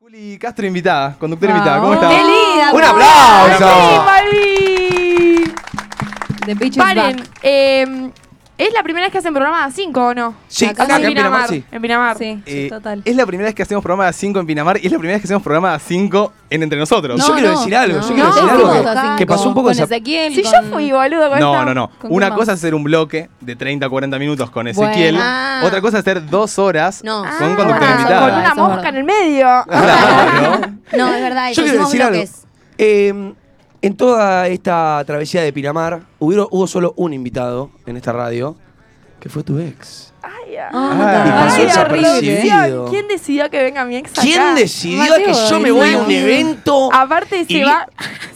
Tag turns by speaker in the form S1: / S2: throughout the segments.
S1: Juli Castro invitada, conductora invitada, ¿cómo
S2: ¡Qué
S1: estás?
S2: linda!
S1: ¡Un
S2: ¿cómo
S1: aplauso!
S3: ¡Ay, Malvin!
S2: The bitch is
S3: Paren,
S2: back.
S3: eh, ¿es la primera vez que hacen programa a 5 o no?
S1: Sí,
S2: acá
S1: acá
S2: sí.
S1: en Pinamar, sí.
S3: En Pinamar.
S2: Sí, sí,
S1: Eh,
S2: total.
S1: Es la primera vez que hacemos programa a 5 en Pinamar y es la primera vez que hacemos programa a 5 en Entre Nosotros.
S4: No, yo quiero decir algo, yo
S3: quiero decir
S2: no,
S3: algo que-
S2: no, no,
S4: que pasó un poco
S2: con
S4: desa-
S2: Ezequiel.
S3: Si yo
S2: con- Ah,
S3: fui, boludo, con
S1: No,
S3: esta-
S1: no, no.
S2: ¿Con qué
S1: Una
S2: más?
S1: cosa es hacer un bloque de 30 a 40 minutos con Ezequiel.
S2: Bueno.
S4: Ah.
S1: Otra cosa es hacer dos horas
S4: No.
S1: con
S3: Ah,
S1: conductora
S2: bueno,
S1: invitada.
S3: Con una
S2: Eso es
S3: mosca
S2: verdad.
S3: en el medio.
S1: Claro.
S4: No, es verdad,
S5: Yo
S4: yo
S5: quiero decir algo.
S4: Ah, bloques.
S5: Eh, en toda esta travesía de Pinamar hubieron- hubo solo un invitado en esta radio, que fue tu ex.
S3: Ay, ay.
S1: Ah,
S5: y pasó
S3: Ay,
S2: horrible.
S5: desapercibido.
S3: horrible. ¿Quién decidió que venga mi ex acá?
S5: ¿Quién decidió
S2: Mateo,
S5: que yo me voy a un
S2: Mateo.
S5: evento?
S4: Ah,
S3: Aparte
S5: Y
S3: se va,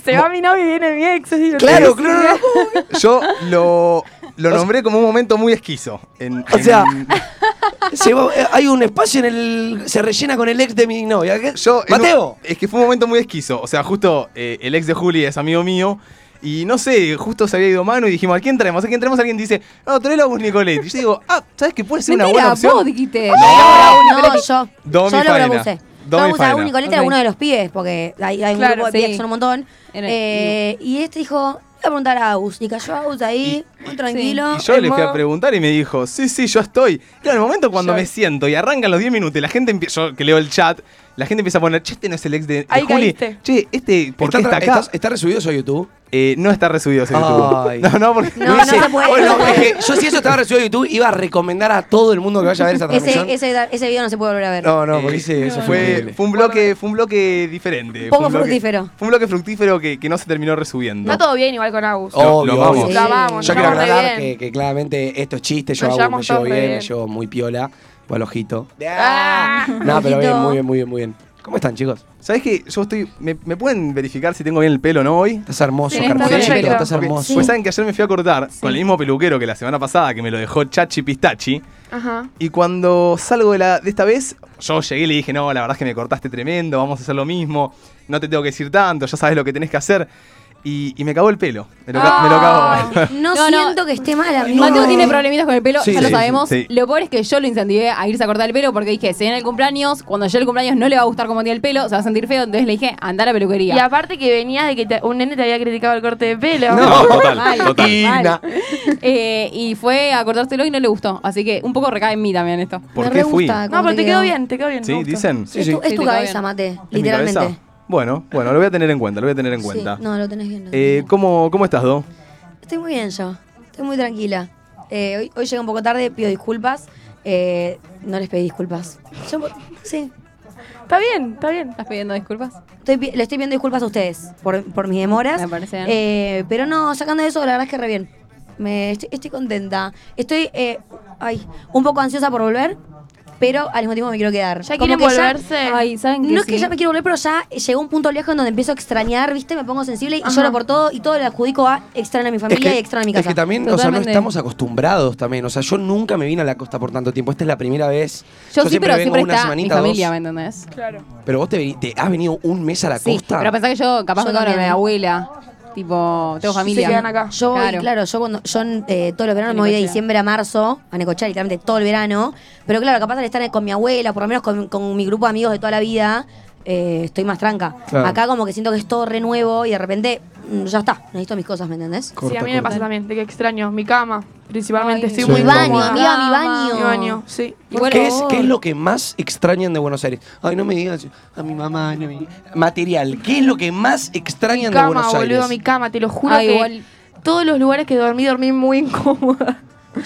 S3: se va mi novio y viene mi ex. es
S5: Claro,
S3: divertido.
S5: claro, no, no.
S1: Yo lo, lo nombré como un momento muy esquizo. en-
S5: O
S1: en-
S5: sea, Se va- eh, hay un espacio en el. Se rellena con el ex de mi novia. ¿Qué?
S1: yo. en un-
S5: Mateo.
S1: es que fue un momento muy esquizo. O sea, justo eh, el ex de Juli es amigo mío. Y no sé, justo se había ido mano y dijimos, ¿a quién traemos? ¿A quién traemos? Alguien dice, no, tráelo a vos Nicoletti. Y yo digo, ah, ¿sabes que puede ser una
S2: Mentira,
S1: buena
S2: vos
S1: opción?
S2: dijiste.
S4: No, yo.
S1: Domi
S4: yo lo
S1: Faena.
S4: propuse.
S1: Domi
S4: Yo propuse a
S1: Faena.
S4: un Nicolete era
S2: Ok.
S4: uno de los pibes, porque hay, hay un
S3: Claro,
S4: grupo de pibes
S2: sí.
S4: que son un montón.
S2: Era-
S4: Eh, y este dijo, voy a preguntar a Agus. Y cayó Agus ahí, muy tranquilo.
S1: Y yo
S3: el
S1: le fui a
S3: modo-
S1: preguntar y me dijo, sí, sí, yo estoy. Claro, en el momento cuando
S3: Yo-
S1: me siento y arrancan los 10 minutos y la gente empieza, yo que leo el chat, la gente empieza a poner, che, este no es el ex de, de
S3: Ahí
S1: Juli.
S3: caíste.
S1: Che, este, ¿por
S5: ¿Está,
S1: qué está
S5: tra-
S1: acá?
S5: estás- ¿Está resubido eso a YouTube?
S1: Eh, no está resubido ese YouTube.
S5: Ay.
S1: No, no, porque...
S4: No, no se puede.
S5: Bueno,
S4: Eh, no se
S5: es
S4: puede.
S5: que yo si eso estaba recibido de YouTube, iba a recomendar a todo el mundo que vaya a ver esa transmisión.
S4: Ese, ese, ese video no se puede volver a ver.
S5: No, no,
S1: Eh,
S5: porque ese- eso fue
S1: fue,
S5: increíble.
S1: fue un bloque, fue un bloque diferente.
S4: Poco
S1: Fue un bloque-
S4: fructífero.
S1: Fue un bloque fructífero que, que no se terminó resubiendo.
S3: Está todo bien igual con Agus.
S1: Oh, lo- lo
S5: Obvio,
S1: amamos.
S5: obvio.
S4: Sí.
S3: Lo amamos,
S5: Yo
S3: nos
S5: quiero
S3: llevamos re
S5: aclarar
S3: bien.
S5: que, que claramente esto es chiste, yo
S3: Nos
S5: hago, me
S3: llevamos
S5: llevo
S3: todos re
S5: bien, me
S3: bien.
S5: llevo muy piola, igual ojito.
S3: Ah.
S5: No, pero bien,
S4: Ojito.
S5: muy bien, muy bien, muy bien. ¿Cómo están, chicos?
S1: ¿Sabes qué? Yo estoy. ¿me, me pueden verificar si tengo bien el pelo o no hoy?
S5: Estás
S3: Sí,
S5: hermoso,
S3: está
S5: Carmelito,
S3: perfecto.
S5: estás hermoso.
S4: Sí.
S1: Pues saben que ayer me fui a cortar con el mismo peluquero que la semana pasada que me lo dejó Chachi Pistachi.
S3: Ajá.
S1: Y cuando salgo de, la, de esta vez, yo llegué y le dije, no, la verdad es que me cortaste tremendo, vamos a hacer lo mismo, no te tengo que decir tanto, ya sabes lo que tenés que hacer. Y, y me cagó el pelo. Me lo, ca- me lo cagó.
S4: No,
S2: No, no.
S4: siento que esté mal, amigo.
S2: Mateo tiene problemitas con el pelo,
S5: Sí,
S2: ya lo
S5: sí,
S2: sabemos.
S1: sí.
S2: Lo peor es que yo lo incentivé a irse a cortar el pelo porque dije, se viene el cumpleaños, cuando llegue el cumpleaños no le va a gustar cómo tiene el pelo, se va a sentir feo, entonces le dije, andar a la peluquería.
S3: Y aparte que venías de que te- un nene te había criticado el corte de
S4: Ah,
S3: pelo.
S1: No, total,
S2: Mal,
S1: total.
S2: mal.
S5: Ina.
S2: Eh, y fue a cortárselo y no le gustó, así que un poco recae en mí también esto.
S1: ¿Por
S4: Me
S1: qué
S4: re
S1: fui?
S4: gusta.
S3: No, pero te quedó bien, te quedó bien. me
S1: Sí,
S3: gustó.
S1: dicen.
S5: Sí, sí.
S4: Es tu, es
S2: Sí,
S4: tu
S2: te cae
S4: cabeza,
S2: bien.
S4: Mate,
S1: ¿Es mi
S4: literalmente.
S1: cabeza? Bueno, bueno, lo voy a tener en cuenta, lo voy a tener en
S4: Sí,
S1: cuenta.
S4: no, lo tenés bien. lo tenés
S1: Eh,
S4: bien.
S1: ¿cómo, ¿Cómo estás, Do?
S4: Estoy muy bien yo, estoy muy tranquila. Eh, hoy, hoy llegué un poco tarde, pido disculpas. Eh, no les pedí disculpas. Yo- sí,
S3: Está bien, está bien.
S2: ¿Estás pidiendo disculpas?
S4: estoy pi- le estoy pidiendo disculpas a ustedes por, por mis demoras.
S2: Me parece bien.
S4: Eh, pero no, sacando eso, la verdad es que re bien. Me, estoy, estoy contenta. Estoy eh, ay, un poco ansiosa por volver, pero al mismo tiempo me quiero quedar.
S3: Ya
S4: Como
S3: quieren
S4: que ya-
S3: volverse.
S2: Ay, ¿saben qué?
S4: no es que
S2: Sí.
S4: ya me quiero volver, pero ya llegó un punto del viaje en donde empiezo a extrañar, ¿viste? Me pongo sensible y
S3: Ajá.
S4: lloro por todo y todo le adjudico a extrañar a mi familia y extrañar a mi
S5: es
S4: casa.
S5: que también, o sea, no
S2: Totalmente.
S5: estamos acostumbrados también. O sea, yo nunca me vine a la costa por tanto tiempo. Esta es la primera vez.
S2: Yo, sí, pero
S5: vengo
S2: siempre
S5: una
S2: está mi
S5: semanita,
S2: familia, ¿me
S5: dos.
S2: entendés?
S3: Claro.
S5: Pero vos te, veni- te has venido un mes a la
S2: Sí,
S5: costa.
S2: pero pensá que yo capaz
S4: Yo
S2: me quedo con mi
S4: también.
S2: abuela, tipo, tengo familia.
S3: quedan acá.
S4: Yo, voy, claro. yo cuando yo eh, todos los veranos me voy de
S2: Necochea.
S4: diciembre a marzo a Necochea, literalmente todo el verano. Pero claro, capaz de estar con mi abuela, por lo menos con, con mi grupo de amigos de toda la vida, eh, estoy más tranca.
S5: Claro.
S4: Acá como que siento que es todo re nuevo y de repente mm, ya está, necesito mis cosas, ¿me entendés?
S5: Corta,
S3: sí, a mí me
S5: corta.
S3: pasa también, de que extraño mi cama, principalmente.
S2: Ay,
S3: Estoy
S5: Sí.
S3: muy
S4: Mi baño,
S3: cómoda.
S4: amiga, mi
S2: Cama.
S4: baño.
S3: Mi baño, sí.
S2: Igual
S5: ¿Qué,
S2: que
S5: es,
S2: vos.
S5: qué es lo que más extrañan de Buenos Aires? Ay, no me digas a mi mamá, no me digas. Material, ¿qué es lo que más
S3: Mi
S5: extrañan de
S3: cama,
S5: Buenos
S3: boludo,
S5: Aires?
S3: mi cama, te lo juro
S2: Ay,
S3: que
S2: Ah, igual.
S3: todos los lugares que dormí, dormí muy incómoda.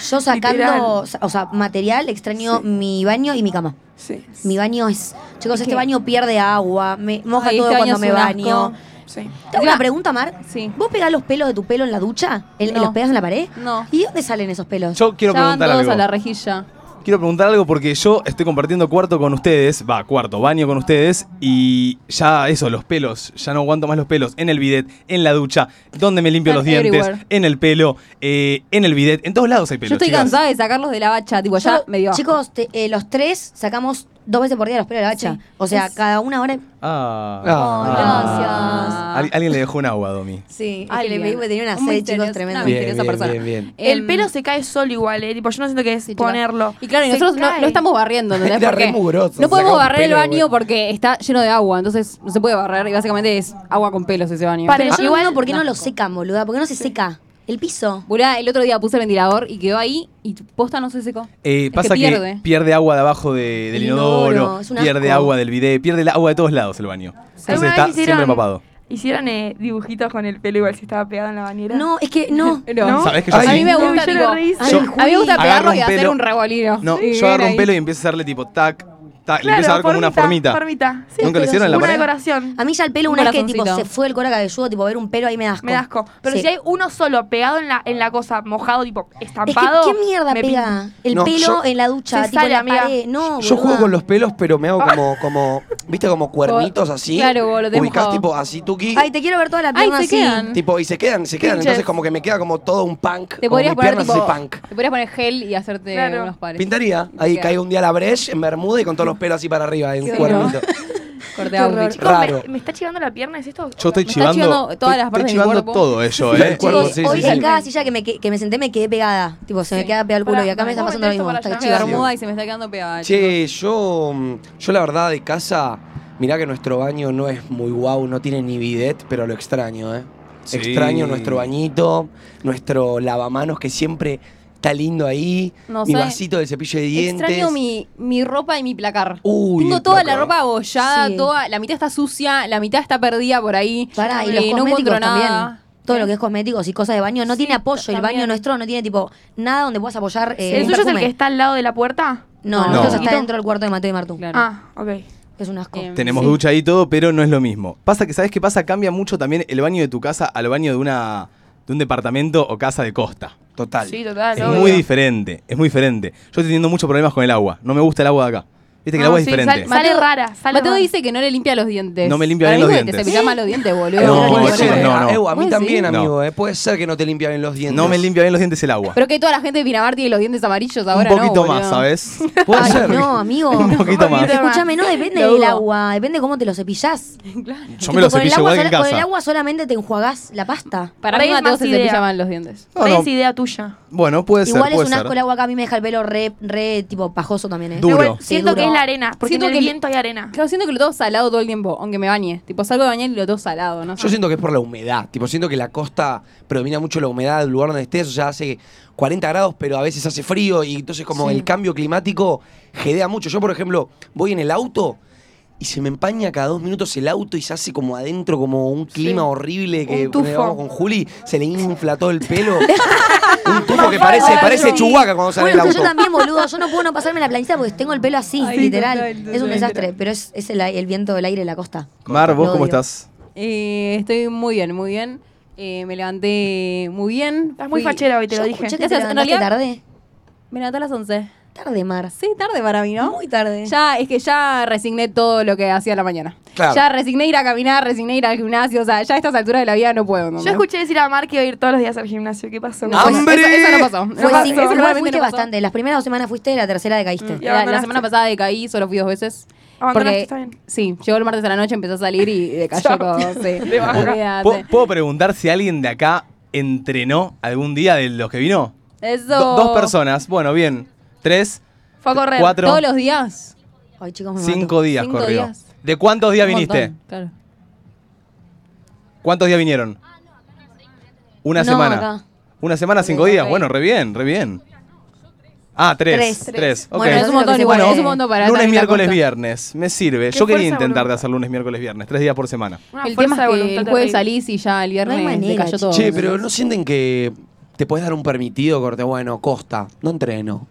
S4: Yo sacando,
S3: Literal.
S4: sa- o sea, material, extraño mi baño y mi cama.
S3: Sí.
S4: Mi baño es, chicos, este baño pierde agua, me moja
S2: Ay,
S4: todo
S2: este baño
S4: cuando
S2: es
S4: me
S2: un
S4: baño.
S2: asco. Em.
S3: Sí.
S4: Tengo una pregunta, Mar.
S2: Sí.
S4: ¿Vos pegás los pelos de tu pelo en la ducha? ¿En-
S2: No.
S4: ¿Los pegás en la pared?
S2: No.
S4: ¿Y dónde salen esos pelos?
S1: Yo quiero
S2: ya van
S1: preguntar
S2: todos
S1: algo.
S2: a la rejilla.
S1: Quiero preguntar algo porque yo estoy compartiendo cuarto con ustedes, va, cuarto, baño con ustedes y ya eso, los pelos, ya no aguanto más los pelos en el bidet, en la ducha, donde me limpio
S2: Están
S1: los dientes,
S2: everywhere.
S1: en el pelo, eh, en el bidet, en todos lados hay pelos.
S2: Yo estoy
S1: chicas.
S2: cansada de sacarlos de la bacha, tipo, ya
S4: Yo-
S2: me dio. asco.
S4: Chicos, te- eh, los tres sacamos dos veces por día los pelos de la hacha.
S2: Sí.
S4: O sea,
S2: Es-
S4: cada una hora.
S1: Ah.
S2: Oh,
S5: Ah.
S4: Ay, gracias.
S1: Al- alguien le dejó un agua, Domi.
S4: Sí, es que
S2: Alguien.
S4: le pedí porque tenía una
S2: Un
S4: sed,
S2: misterioso-
S4: chicos, tremenda.
S2: una
S5: Bien,
S2: misteriosa
S5: bien,
S2: persona.
S5: bien, bien.
S3: El
S2: Em,
S3: pelo se cae solo igual, eh. Tipo, yo no siento que es
S2: Sí, chicos.
S3: ponerlo.
S2: Y claro, y
S3: Se
S2: nosotros no,
S3: cae.
S2: no estamos barriendo, ¿entendés?
S5: Era re
S2: Porque
S5: mugroso,
S2: no podemos
S5: sacaba un
S2: barrer el
S5: pelo,
S2: baño
S5: güey.
S2: porque está lleno de agua, entonces no se puede barrer y básicamente es agua con pelos ese baño.
S3: Para-
S4: Pero yo
S3: Igual-
S4: igual no, ¿por qué no
S2: no.
S4: lo secan, boluda? ¿Por qué no se seca? El piso.
S2: Burá, el otro día puse el ventilador y quedó ahí y posta no se secó.
S1: Eh,
S2: Es que
S1: pasa que pierde.
S2: pierde.
S1: agua de abajo de- del
S4: El
S1: inodoro,
S4: inodoro, es un
S1: pierde
S4: asco.
S1: agua del bidet, pierde el agua de todos lados el baño. Entonces
S3: ¿Alguna
S1: está
S3: vez
S1: siempre empapado.
S3: Hicieron eh, dibujitos con el pelo igual si estaba pegado en la bañera.
S4: No, es que no.
S3: No.
S1: ¿Sabés que yo
S5: Ay,
S2: a mí
S1: sí?
S2: me
S3: no,
S2: gusta,
S3: yo
S2: tipo,
S3: lo rehice.
S4: Ay,
S2: a mí me gusta
S1: agarro
S2: pegarlo
S1: un
S2: y hacer
S1: pelo-
S2: un revolino.
S1: No,
S2: Sí,
S1: yo agarro
S2: bien
S1: un
S2: ahí.
S1: pelo y empiezo a hacerle tipo tac, tac, y
S3: Claro,
S1: empiezo a dar como una formita.
S3: formita. Sí,
S1: ¿Nunca lo hicieron en la
S3: una
S1: pared?
S3: decoración.
S4: A mí ya el pelo,
S2: Un
S4: una vez que tipo, se
S2: corazoncito.
S4: fue el cola cabelludo, tipo, ver un pelo ahí me da asco.
S3: Me da asco. Pero
S4: Sí.
S3: si hay uno solo pegado en la, en la cosa, mojado, tipo
S4: Es que,
S3: estampado.
S4: ¿qué mierda
S3: me
S4: pega? El
S5: No,
S4: pelo
S5: yo-
S4: en la ducha,
S3: Se
S4: tipo, en
S3: sale,
S4: la
S3: amiga.
S4: pared. No,
S5: Yo
S4: boluda.
S5: juego con los pelos, pero me hago como, como ¿viste? Como cuernitos así.
S2: Claro, vos lo tenés
S5: Ubicás
S2: mojado.
S5: tipo así, tuki.
S4: Ay, te quiero ver toda la
S2: Ay,
S4: pierna
S2: se
S4: así.
S2: quedan.
S5: Tipo, y se quedan, se quedan.
S3: Pinches.
S5: Entonces como que me queda como todo un punk.
S2: Te
S5: como
S2: podrías
S5: mi
S2: poner
S5: pierna
S2: tipo,
S5: es de punk.
S2: te podrías poner gel y hacerte
S3: Claro.
S2: unos pares.
S5: Pintaría. Ahí
S2: Queda.
S5: caigo un día a la breche en Bermuda y con todos los pelos así para arriba, en un
S2: Qué
S5: cuernito.
S2: Corte
S3: Qué horror.
S2: outfit.
S3: Chicos,
S5: Raro.
S3: me, me está chivando la pierna, ¿es esto?
S1: Yo estoy
S2: Me está
S1: chivando,
S2: chivando todas las
S1: estoy-
S2: partes de
S1: estoy
S2: mi
S1: chivando
S2: cuerpo.
S1: todo ello,
S5: Sí,
S1: ¿eh?
S5: el cuerpo,
S4: Chicos,
S5: sí,
S4: hoy
S5: sí,
S4: en
S5: sí.
S4: cada silla que me, que- que me senté me quedé pegada. Tipo, se me
S3: Sí.
S4: queda pegado el culo
S3: Pará,
S4: y acá me está
S3: ¿puedo
S4: pasando lo
S3: meter
S4: mismo.
S3: esto para
S4: Está
S2: Che,
S3: allá?
S4: chido.
S2: Bermuda y se me está quedando pegada.
S5: Che, yo, mm, yo la verdad de casa, mirá que nuestro baño no es muy guau, no tiene ni bidet, pero lo extraño, ¿eh?
S1: Sí.
S5: Extraño nuestro bañito, nuestro lavamanos que siempre está lindo ahí,
S2: No
S5: mi
S2: sé.
S5: vasito de cepillo de dientes.
S2: Extraño mi, mi ropa y mi placar.
S5: Uy,
S2: Tengo
S5: el
S2: toda
S5: placar.
S2: la ropa abollada,
S4: Sí.
S2: toda, la mitad está sucia, la mitad está perdida por ahí.
S4: Pará, y
S2: Eh,
S4: los cosméticos también. Todo
S2: ¿Qué?
S4: lo que es cosméticos y cosas de baño no
S2: Sí,
S4: tiene apoyo. El
S2: también.
S4: baño nuestro no tiene tipo nada donde puedas apoyar. eh,
S3: ¿El
S4: un
S3: suyo es el
S4: perfume.
S3: que está al lado de la puerta?
S4: No,
S1: No.
S4: el nuestro
S3: No.
S4: está dentro del cuarto de Mateo y Martú.
S2: Claro.
S3: Ah, ok.
S4: Es un asco.
S2: Eh,
S1: Tenemos
S2: Sí.
S1: ducha y todo, pero no es lo mismo. Pasa que, ¿sabes qué pasa? Cambia mucho también el baño de tu casa al baño de una de un departamento o casa de costa.
S5: Total.
S3: Sí, total.
S1: Es
S3: obvio.
S1: muy diferente, es muy diferente. Yo estoy teniendo muchos problemas con el agua. No me gusta el agua de acá. Viste que el
S3: Ah,
S1: agua es
S3: sí,
S1: diferente.
S3: sal- Sale rara,
S4: Ah,
S3: sale
S2: Mateo
S3: rara.
S2: dice que no le limpia los dientes.
S1: No me limpia
S2: Para
S1: bien
S2: mí
S1: los
S2: porque
S1: dientes.
S2: Te cepillas más los dientes, boludo.
S1: No,
S5: Pero
S1: puede
S5: puede ser,
S1: ser, no,
S5: ah,
S1: no.
S5: Ew, a mí
S2: ¿Puede
S5: también,
S1: ser?
S5: amigo, eh, puede ser que no te limpia bien los dientes.
S1: No me limpia bien los dientes el agua.
S2: Pero que toda la gente de Pinamar tiene los dientes amarillos ahora.
S1: un poquito
S2: no,
S1: más,
S2: boludo.
S1: ¿sabes?
S5: Puede
S4: Ay,
S5: ser.
S4: no, amigo.
S1: un poquito más.
S4: Escúchame, no depende
S2: Lo
S4: del
S2: dudo.
S4: agua, depende cómo te lo cepillás.
S1: Yo me lo
S4: Tipo, con el
S1: cepillo igual
S4: agua
S1: que en
S4: sola- Con el
S1: casa.
S4: agua solamente te enjuagás la pasta.
S2: Para
S3: Por ahí
S2: mí
S3: es
S2: Mateo
S3: más
S2: se
S3: idea.
S2: cepilla más los dientes.
S1: No,
S3: Pero
S1: no.
S3: Es idea tuya.
S1: Bueno, puede ser,
S4: Igual
S1: puede
S4: es un asco
S1: ser.
S4: el agua acá, a mí me deja el pelo re, re tipo pajoso también, ¿eh?
S1: Duro.
S3: Pero bueno,
S4: Sí,
S3: siento
S4: duro.
S3: que es la arena, porque
S2: Siento
S3: en el
S2: que-
S3: viento hay arena.
S2: Claro, siento que lo tengo salado todo el tiempo, aunque me bañe. Tipo, salgo de bañar y lo tengo salado, ¿no?
S5: Yo siento que es por la humedad. Tipo, siento que la costa predomina mucho la humedad del lugar donde estés. O sea, hace 40 grados, pero a veces hace frío. Y entonces, como el cambio climático gedea mucho. Yo, por ejemplo, voy en el auto y se me empaña cada dos minutos el auto y se hace como adentro, como un clima horrible. Que
S3: Un tufo.
S5: cuando vamos con Juli, se le infla todo el pelo. un tufo que parece, parece Chewbacca cuando sale
S4: Bueno,
S5: el
S4: yo
S5: auto.
S4: también, boludo. Yo no puedo no pasarme la planita porque tengo el pelo así,
S2: Ay,
S4: literal.
S2: total, total,
S4: es un desastre,
S2: literal.
S4: pero es, es el, el viento, el aire de la costa.
S1: Mar, ¿vos
S4: Lo
S1: cómo
S4: odio.
S1: estás?
S2: Eh, estoy muy bien, muy bien. Eh, me levanté muy bien.
S3: Estás muy
S2: Fui-
S3: fachera hoy, te lo
S4: Yo
S3: dije.
S4: escuché que te
S2: Gracias, en
S4: levantaste
S2: realidad-
S4: tarde.
S2: Me levanté a las 11.
S4: Tarde, Mar.
S2: Sí, tarde para mí, ¿no?
S4: Muy tarde.
S2: Ya, es que ya resigné todo lo que hacía a la mañana.
S5: Claro.
S2: Ya resigné ir a caminar, resigné ir al gimnasio. O sea, ya a estas alturas de la vida no puedo. ¿no?
S3: Yo escuché decir a Mar que iba a ir todos los días al gimnasio. ¿Qué pasó?
S2: No, eso,
S5: ¡Hambre!
S2: eso no pasó. No
S4: Fue
S2: pasó,
S4: sin-
S2: eso
S4: igual
S2: claramente
S4: fuiste
S2: no pasó. Mm.
S4: bastante. Las primeras dos semanas fuiste, la tercera decaíste.
S2: La,
S3: Y
S2: la
S3: abandonaste.
S2: semana pasada decaí, solo fui dos veces.
S3: Abandonaste, está bien.
S2: Sí, llegó el martes a la noche, empezó a salir y decayó
S3: Chao.
S2: todo. Sí.
S3: De baja.
S2: Olvídate.
S1: ¿Puedo, puedo preguntar si alguien de acá entrenó algún día de los que vino?
S2: Eso.
S1: Do- dos personas, bueno, bien. Tres,
S3: Fue a correr.
S1: Cuatro.
S2: Todos los días.
S4: Ay, chicos, me mato.
S1: cinco días
S2: Cinco
S1: corrió.
S2: días.
S1: ¿De cuántos días
S2: Un
S1: viniste?
S2: montón, claro.
S1: ¿Cuántos días vinieron?
S4: Ah,
S1: Una
S4: No,
S1: semana.
S4: acá.
S1: Una semana, cinco
S2: Ok,
S1: días.
S2: ok.
S1: Bueno, re bien, re bien. Ah, tres.
S4: Tres.
S1: Tres. ok.
S4: Bueno,
S2: Bueno, es un
S4: Eso es lo que
S2: montón
S4: se
S2: igual.
S4: puede.
S2: es un montón para
S1: lunes,
S2: también la
S1: miércoles,
S2: costa.
S1: viernes. Me sirve. Yo
S3: Qué
S1: quería
S3: fuerza,
S1: intentar de
S3: boludo.
S1: hacer lunes, miércoles, viernes. Tres días por semana.
S3: Una
S2: El tema
S3: fuerza
S2: es
S3: de
S2: que
S3: voluntad
S2: el jueves
S3: terrible.
S2: salís y ya el viernes
S4: manera,
S2: decayó todo.
S5: Che, pero ¿no sienten que te puedes dar un permitido, corte? Bueno, costa, no entreno,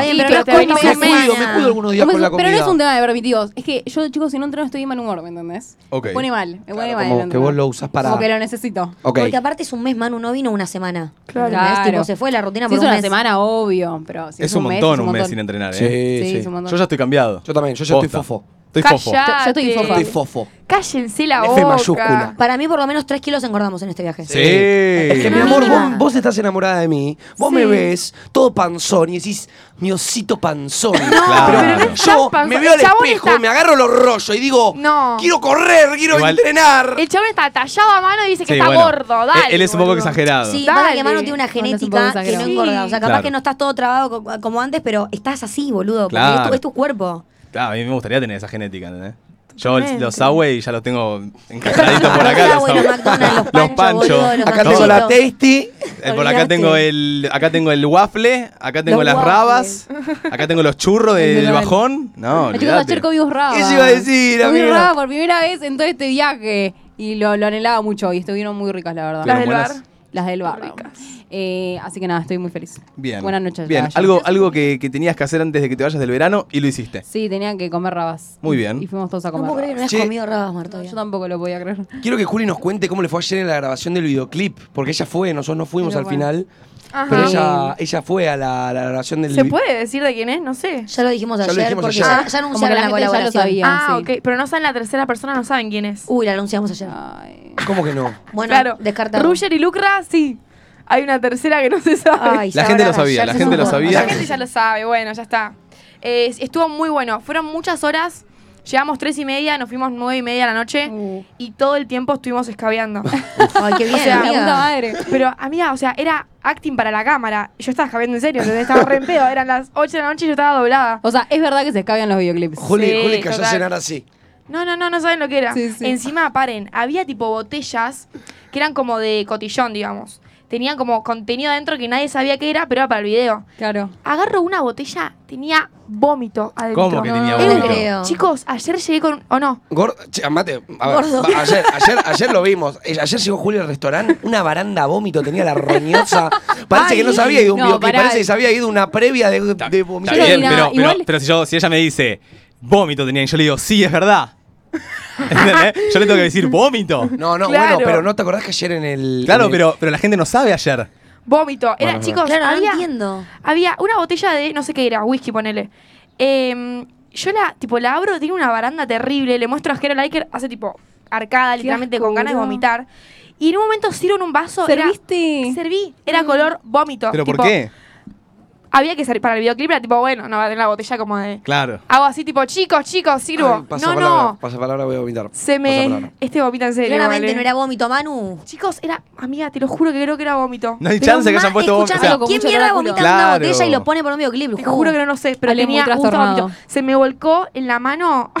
S4: Está bien,
S3: Sí,
S4: pero
S3: pero
S4: no
S3: te
S4: es
S3: venís
S4: culpa
S5: me
S4: de
S3: una
S5: cuido,
S4: semana.
S5: me cuido algunos días
S2: No,
S5: con
S2: pero
S5: la
S2: es-
S5: comida.
S2: pero no es un tema de permitidos. Es que yo, chicos, si no entreno estoy de mal humor, ¿me entendés?
S1: Ok.
S2: Me pone mal. Me pone
S5: Claro,
S2: mal.
S5: como
S2: el
S5: que vos
S2: entrenar.
S5: lo usás para-
S2: Como que lo necesito.
S5: Ok.
S4: Porque aparte es un mes, Manu no vino una semana.
S3: Claro.
S4: ¿Entendés? Tipo,
S2: Claro.
S4: se fue la rutina
S2: Si
S4: por
S2: es
S4: un
S2: una
S4: mes.
S2: semana, obvio. Pero si
S1: es, un montón un mes sin entrenar,
S2: entrenar.
S5: Sí,
S1: ¿eh?
S5: sí.
S2: Sí, es un montón.
S1: Yo ya estoy cambiado.
S5: Yo también, yo ya estoy
S1: Posta.
S5: fofo.
S6: Estoy fofo.
S3: Callate.
S2: Yo- yo estoy fofa.
S5: Estoy fofo.
S3: Cállense la
S5: F
S3: boca.
S5: mayúscula.
S4: Para mí, por lo menos 3 kilos engordamos en este viaje.
S1: Sí.
S5: Es que, Eh, mi amor,
S4: Mínima.
S5: vos, vos estás enamorada de mí, vos
S3: Sí.
S5: me ves todo panzón y decís, mi osito panzón.
S1: Claro.
S5: Pero
S1: pero no
S5: yo
S3: estás panzón,
S5: me veo al
S3: el chabón
S5: espejo,
S3: está-
S5: me agarro los rollos y digo,
S3: No.
S5: quiero correr, quiero
S1: Igual-
S5: entrenar.
S3: El chabón está tallado a mano y dice que
S1: Sí,
S3: está
S1: bueno,
S3: gordo. Dale.
S1: Él es un poco
S3: boludo.
S1: exagerado.
S4: Sí,
S3: Dale.
S4: pasa que Manu tiene
S2: Bueno,
S4: una
S2: es un
S4: genética
S2: poco
S4: que no
S2: exagerado.
S4: engorda. O sea, capaz
S1: Claro.
S4: que no estás todo trabado co- como antes, pero estás así, boludo. porque
S1: Claro.
S4: es, tu, es tu cuerpo.
S1: Claro, Ah, a mí me gustaría tener esa genética, ¿entendés? Yo el-
S3: Totalmente.
S1: los Subway ya los tengo encajaditos por acá.
S4: Los
S1: los
S4: Subway, los
S1: Subway.
S4: McDonald's, los
S1: Los
S4: Pancho,
S1: Pancho.
S4: boludo, los
S5: Acá
S4: Todo.
S5: tengo la
S4: Todo.
S5: tasty.
S1: Eh, Por acá
S4: Olvidate.
S1: tengo el acá tengo el waffle, acá tengo
S4: Los
S1: las rabas, acá tengo los churros de-
S2: El de
S1: del
S2: la-
S1: bajón. No,
S2: La chica
S1: olvidate.
S2: ayer comí raba.
S5: Eso iba a decir,
S2: Comí
S5: amiga.
S2: raba por primera vez en todo este viaje. Y lo, lo anhelaba mucho. Y estuvieron muy ricas, la verdad.
S1: Claro.
S3: Las del bar.
S1: buenas.
S2: Las del bar. Eh, así que nada, estoy muy feliz.
S1: Bien.
S2: Buenas noches.
S1: Bien,
S2: Gaya.
S1: algo, algo que, que tenías que hacer antes de que te vayas del verano y lo hiciste.
S2: Sí, tenían que comer rabas.
S1: Muy bien.
S2: Y fuimos todos a
S4: No
S2: comer.
S4: puedo creer que no
S2: rabas.
S4: hayas
S5: Che.
S4: comido rabas, Marta.
S2: Yo tampoco lo podía creer.
S5: Quiero que Juli nos cuente cómo le fue ayer en la grabación del videoclip, porque ella fue, nosotros no fuimos
S2: Pero
S5: al
S2: bueno.
S5: final,
S3: Ajá.
S5: pero ella, ella fue a la, la grabación del
S3: ¿Se
S5: vi-
S3: puede decir de quién es? No sé.
S4: Ya lo dijimos
S5: Ya lo
S4: ayer
S5: dijimos
S4: porque
S5: ayer.
S4: ya, ya
S2: Como que la
S4: anunciaron la
S2: gente ya lo
S4: colaboración.
S2: sabía.
S3: Ah, Uh,
S2: sí.
S3: ok. Pero no saben la tercera persona, no saben quién es.
S4: Uy, la anunciamos ayer.
S2: Ay.
S5: ¿Cómo que no?
S4: Bueno,
S3: claro.
S4: descartado.
S3: Ruger y Lucra, sí. Hay una tercera que no se sabe.
S4: Ay,
S1: La
S4: ya
S1: gente
S4: ahora
S1: lo sabía,
S4: ayer
S1: la
S4: se
S1: gente lo
S4: supo.
S1: sabía.
S3: La gente ya lo sabe, bueno, ya está. Eh, estuvo muy bueno. Fueron muchas horas. Llegamos tres y media, nos fuimos nueve y media de la noche
S2: Uh.
S3: y todo el tiempo estuvimos escabeando.
S4: Ay, qué bien,
S3: O sea,
S2: La puta
S4: amiga.
S2: madre.
S3: Pero, amiga, o sea, era acting para la cámara. Yo estaba escabeando en serio, entonces estaba re en pedo. Eran las 8 de la noche y yo estaba doblada.
S2: O sea, es verdad que se escabian los videoclips.
S5: Juli,
S3: Sí,
S5: Juli cayó a
S3: total.
S5: cenar así.
S3: No, no, no, no saben lo que era.
S2: Sí, sí.
S3: Encima, paren, había tipo botellas que eran como de cotillón, digamos. Tenían como contenido adentro que nadie sabía qué era, pero era para el video.
S2: Claro.
S3: Agarro una botella, tenía vómito adentro.
S1: ¿Cómo que tenía
S2: No,
S4: no
S1: vómito?
S4: creo.
S3: Chicos, ayer llegué con. ¿O no?
S5: Gordo, che, mate, a ver,
S4: Gordo.
S5: va- ayer, ayer, ayer lo vimos. Eh, Ayer llegó Julio al restaurante, una baranda a vómito, tenía la roñosa. Parece que no se había ido a un
S2: No,
S5: videoclip,
S2: pará.
S5: parece que se había ido a una previa de, de vómito.
S1: Está
S2: Yo no
S1: bien,
S2: vi
S1: pero,
S2: nada.
S1: pero-
S2: Igual-
S1: pero si, yo, si ella me dice, vómito tenía, y yo le digo, sí, es verdad. ¿Entendés? Yo le tengo que decir, vómito.
S5: No, no,
S3: Claro.
S5: bueno, pero no te acordás que ayer en el.
S1: Claro,
S5: en el-
S1: pero, pero la gente no sabe ayer.
S3: Vómito. Era, chicos,
S4: Claro, no
S3: había,
S4: entiendo.
S3: había una botella de, no sé qué era, whisky, ponele. Eh, yo la, tipo, la abro, tiene una baranda terrible, le muestro a Jero Liker, hace tipo arcada, literalmente
S2: asco,
S3: con ganas de
S2: boludo.
S3: vomitar. Y en un momento sirvo en un vaso. era-
S2: ¿Serviste?
S3: serví, era color vómito.
S1: ¿Pero por
S3: tipo,
S1: qué?
S3: Había que servir para el videoclip, era tipo, bueno, no va a tener la botella como de.
S1: Claro.
S3: Hago así, tipo, chicos, chicos, sirvo.
S5: Ay, pasa
S3: no,
S5: palabra,
S3: no.
S5: Pasa palabra, voy a vomitar.
S3: Se
S5: Pasa
S3: me.
S5: palabra.
S3: Este vomita en serio.
S4: Claramente
S3: ¿vale?
S4: no era vómito, Manu.
S3: Chicos, era. Amiga, te lo juro que creo que era vómito.
S1: No hay
S4: Pero
S1: chance que
S4: ma-
S1: hayan puesto vómito. O
S4: escuchame,
S1: sea,
S2: con
S4: ¿Quién
S2: mucho
S4: mierda
S2: oráculo.
S4: vomita
S1: Claro.
S4: una botella y lo pone por un videoclip?
S3: Te juro que no lo sé, pero
S2: Alguien muy
S3: tenía un
S2: trastornado.
S3: vómito. Se me volcó en la mano.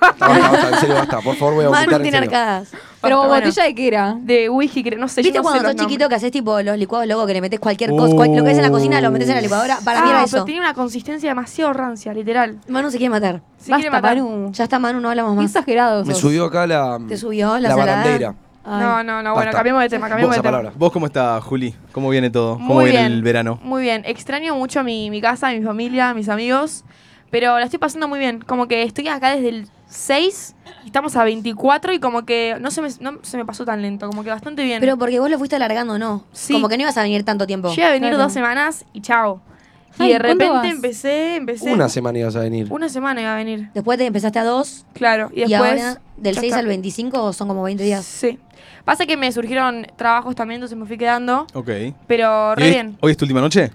S5: Basta, basta, basta, en serio, basta. Por favor, voy a vomitar.
S4: Manu
S5: en
S4: tiene
S5: serio.
S4: arcadas.
S2: Pero
S3: Bueno.
S2: botella de qué era.
S3: de whisky, creo, no sé. yo
S4: ¿Viste
S3: no sé
S4: cuando
S3: los
S4: sos chiquito
S3: nombres.
S4: que haces tipo los licuados locos que le metes cualquier cosa? cual- lo que es en la cocina lo metes en la licuadora. Para mí
S3: Ah,
S4: era
S3: pero
S4: eso.
S3: tiene una consistencia demasiado rancia, literal.
S4: Manu se quiere matar.
S3: Se quiere
S2: Basta,
S3: matar.
S2: Manu.
S4: Ya está, Manu, no hablamos
S2: Qué
S4: más.
S2: exagerado
S5: Me
S2: sos.
S5: subió acá la.
S4: ¿Te subió la,
S5: La
S4: salada?
S5: barandera.
S4: Ay.
S3: No, no, no, bueno,
S5: Basta.
S3: cambiamos de tema, cambiamos de
S5: Vos, esa
S3: tema.
S5: palabra.
S1: ¿Vos cómo está, Juli? ¿Cómo viene todo? ¿Cómo viene el verano?
S3: Muy bien. Extraño mucho mi, mi casa, mi familia, mis amigos. Pero la estoy pasando muy bien. Como que estoy acá desde el 6, estamos a 24 y como que no se me, no se me pasó tan lento. Como que bastante bien.
S4: Pero porque vos lo fuiste alargando, ¿no?
S3: Sí.
S4: Como que no ibas a venir tanto tiempo.
S3: Llegué a venir
S2: Claro.
S3: dos semanas y chao. Y
S2: Ay,
S3: de
S2: ¿cuándo
S3: repente
S2: vas?
S3: empecé, empecé.
S5: Una semana ibas a venir.
S3: Una semana iba a venir.
S4: Después te empezaste a dos
S3: Claro. Y
S4: y,
S3: después.
S4: ahora del
S3: ya
S4: 6
S3: está.
S4: al 25 son como 20 días.
S3: Sí. Pasa que me surgieron trabajos también, entonces me fui quedando.
S1: Ok.
S3: Pero
S1: ¿Y
S3: re
S1: hoy-
S3: bien.
S1: ¿Hoy es tu última noche?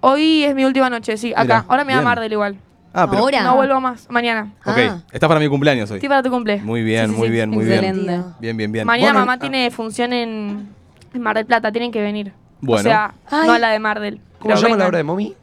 S3: Hoy es mi última noche, sí, acá.
S1: Mirá,
S3: ahora me va a
S1: bien.
S3: Mardel igual.
S1: Ah, pero.
S4: Ahora.
S3: No vuelvo más. Mañana.
S1: Ok,
S4: Ah.
S1: estás para mi cumpleaños hoy.
S3: Sí, para tu cumple.
S1: Muy bien,
S3: Sí, sí,
S1: muy
S3: sí.
S1: bien, muy
S2: Excelente.
S1: bien. Bien, bien, bien.
S3: Mañana
S5: Bueno,
S3: mamá
S5: ah.
S3: tiene función en, en Mar del Plata, tienen que venir.
S1: Bueno.
S3: O sea,
S4: Ay.
S3: no a la de Mardel.
S5: ¿Cómo
S3: pero
S5: llama la
S3: vengan.
S5: hora de mommy?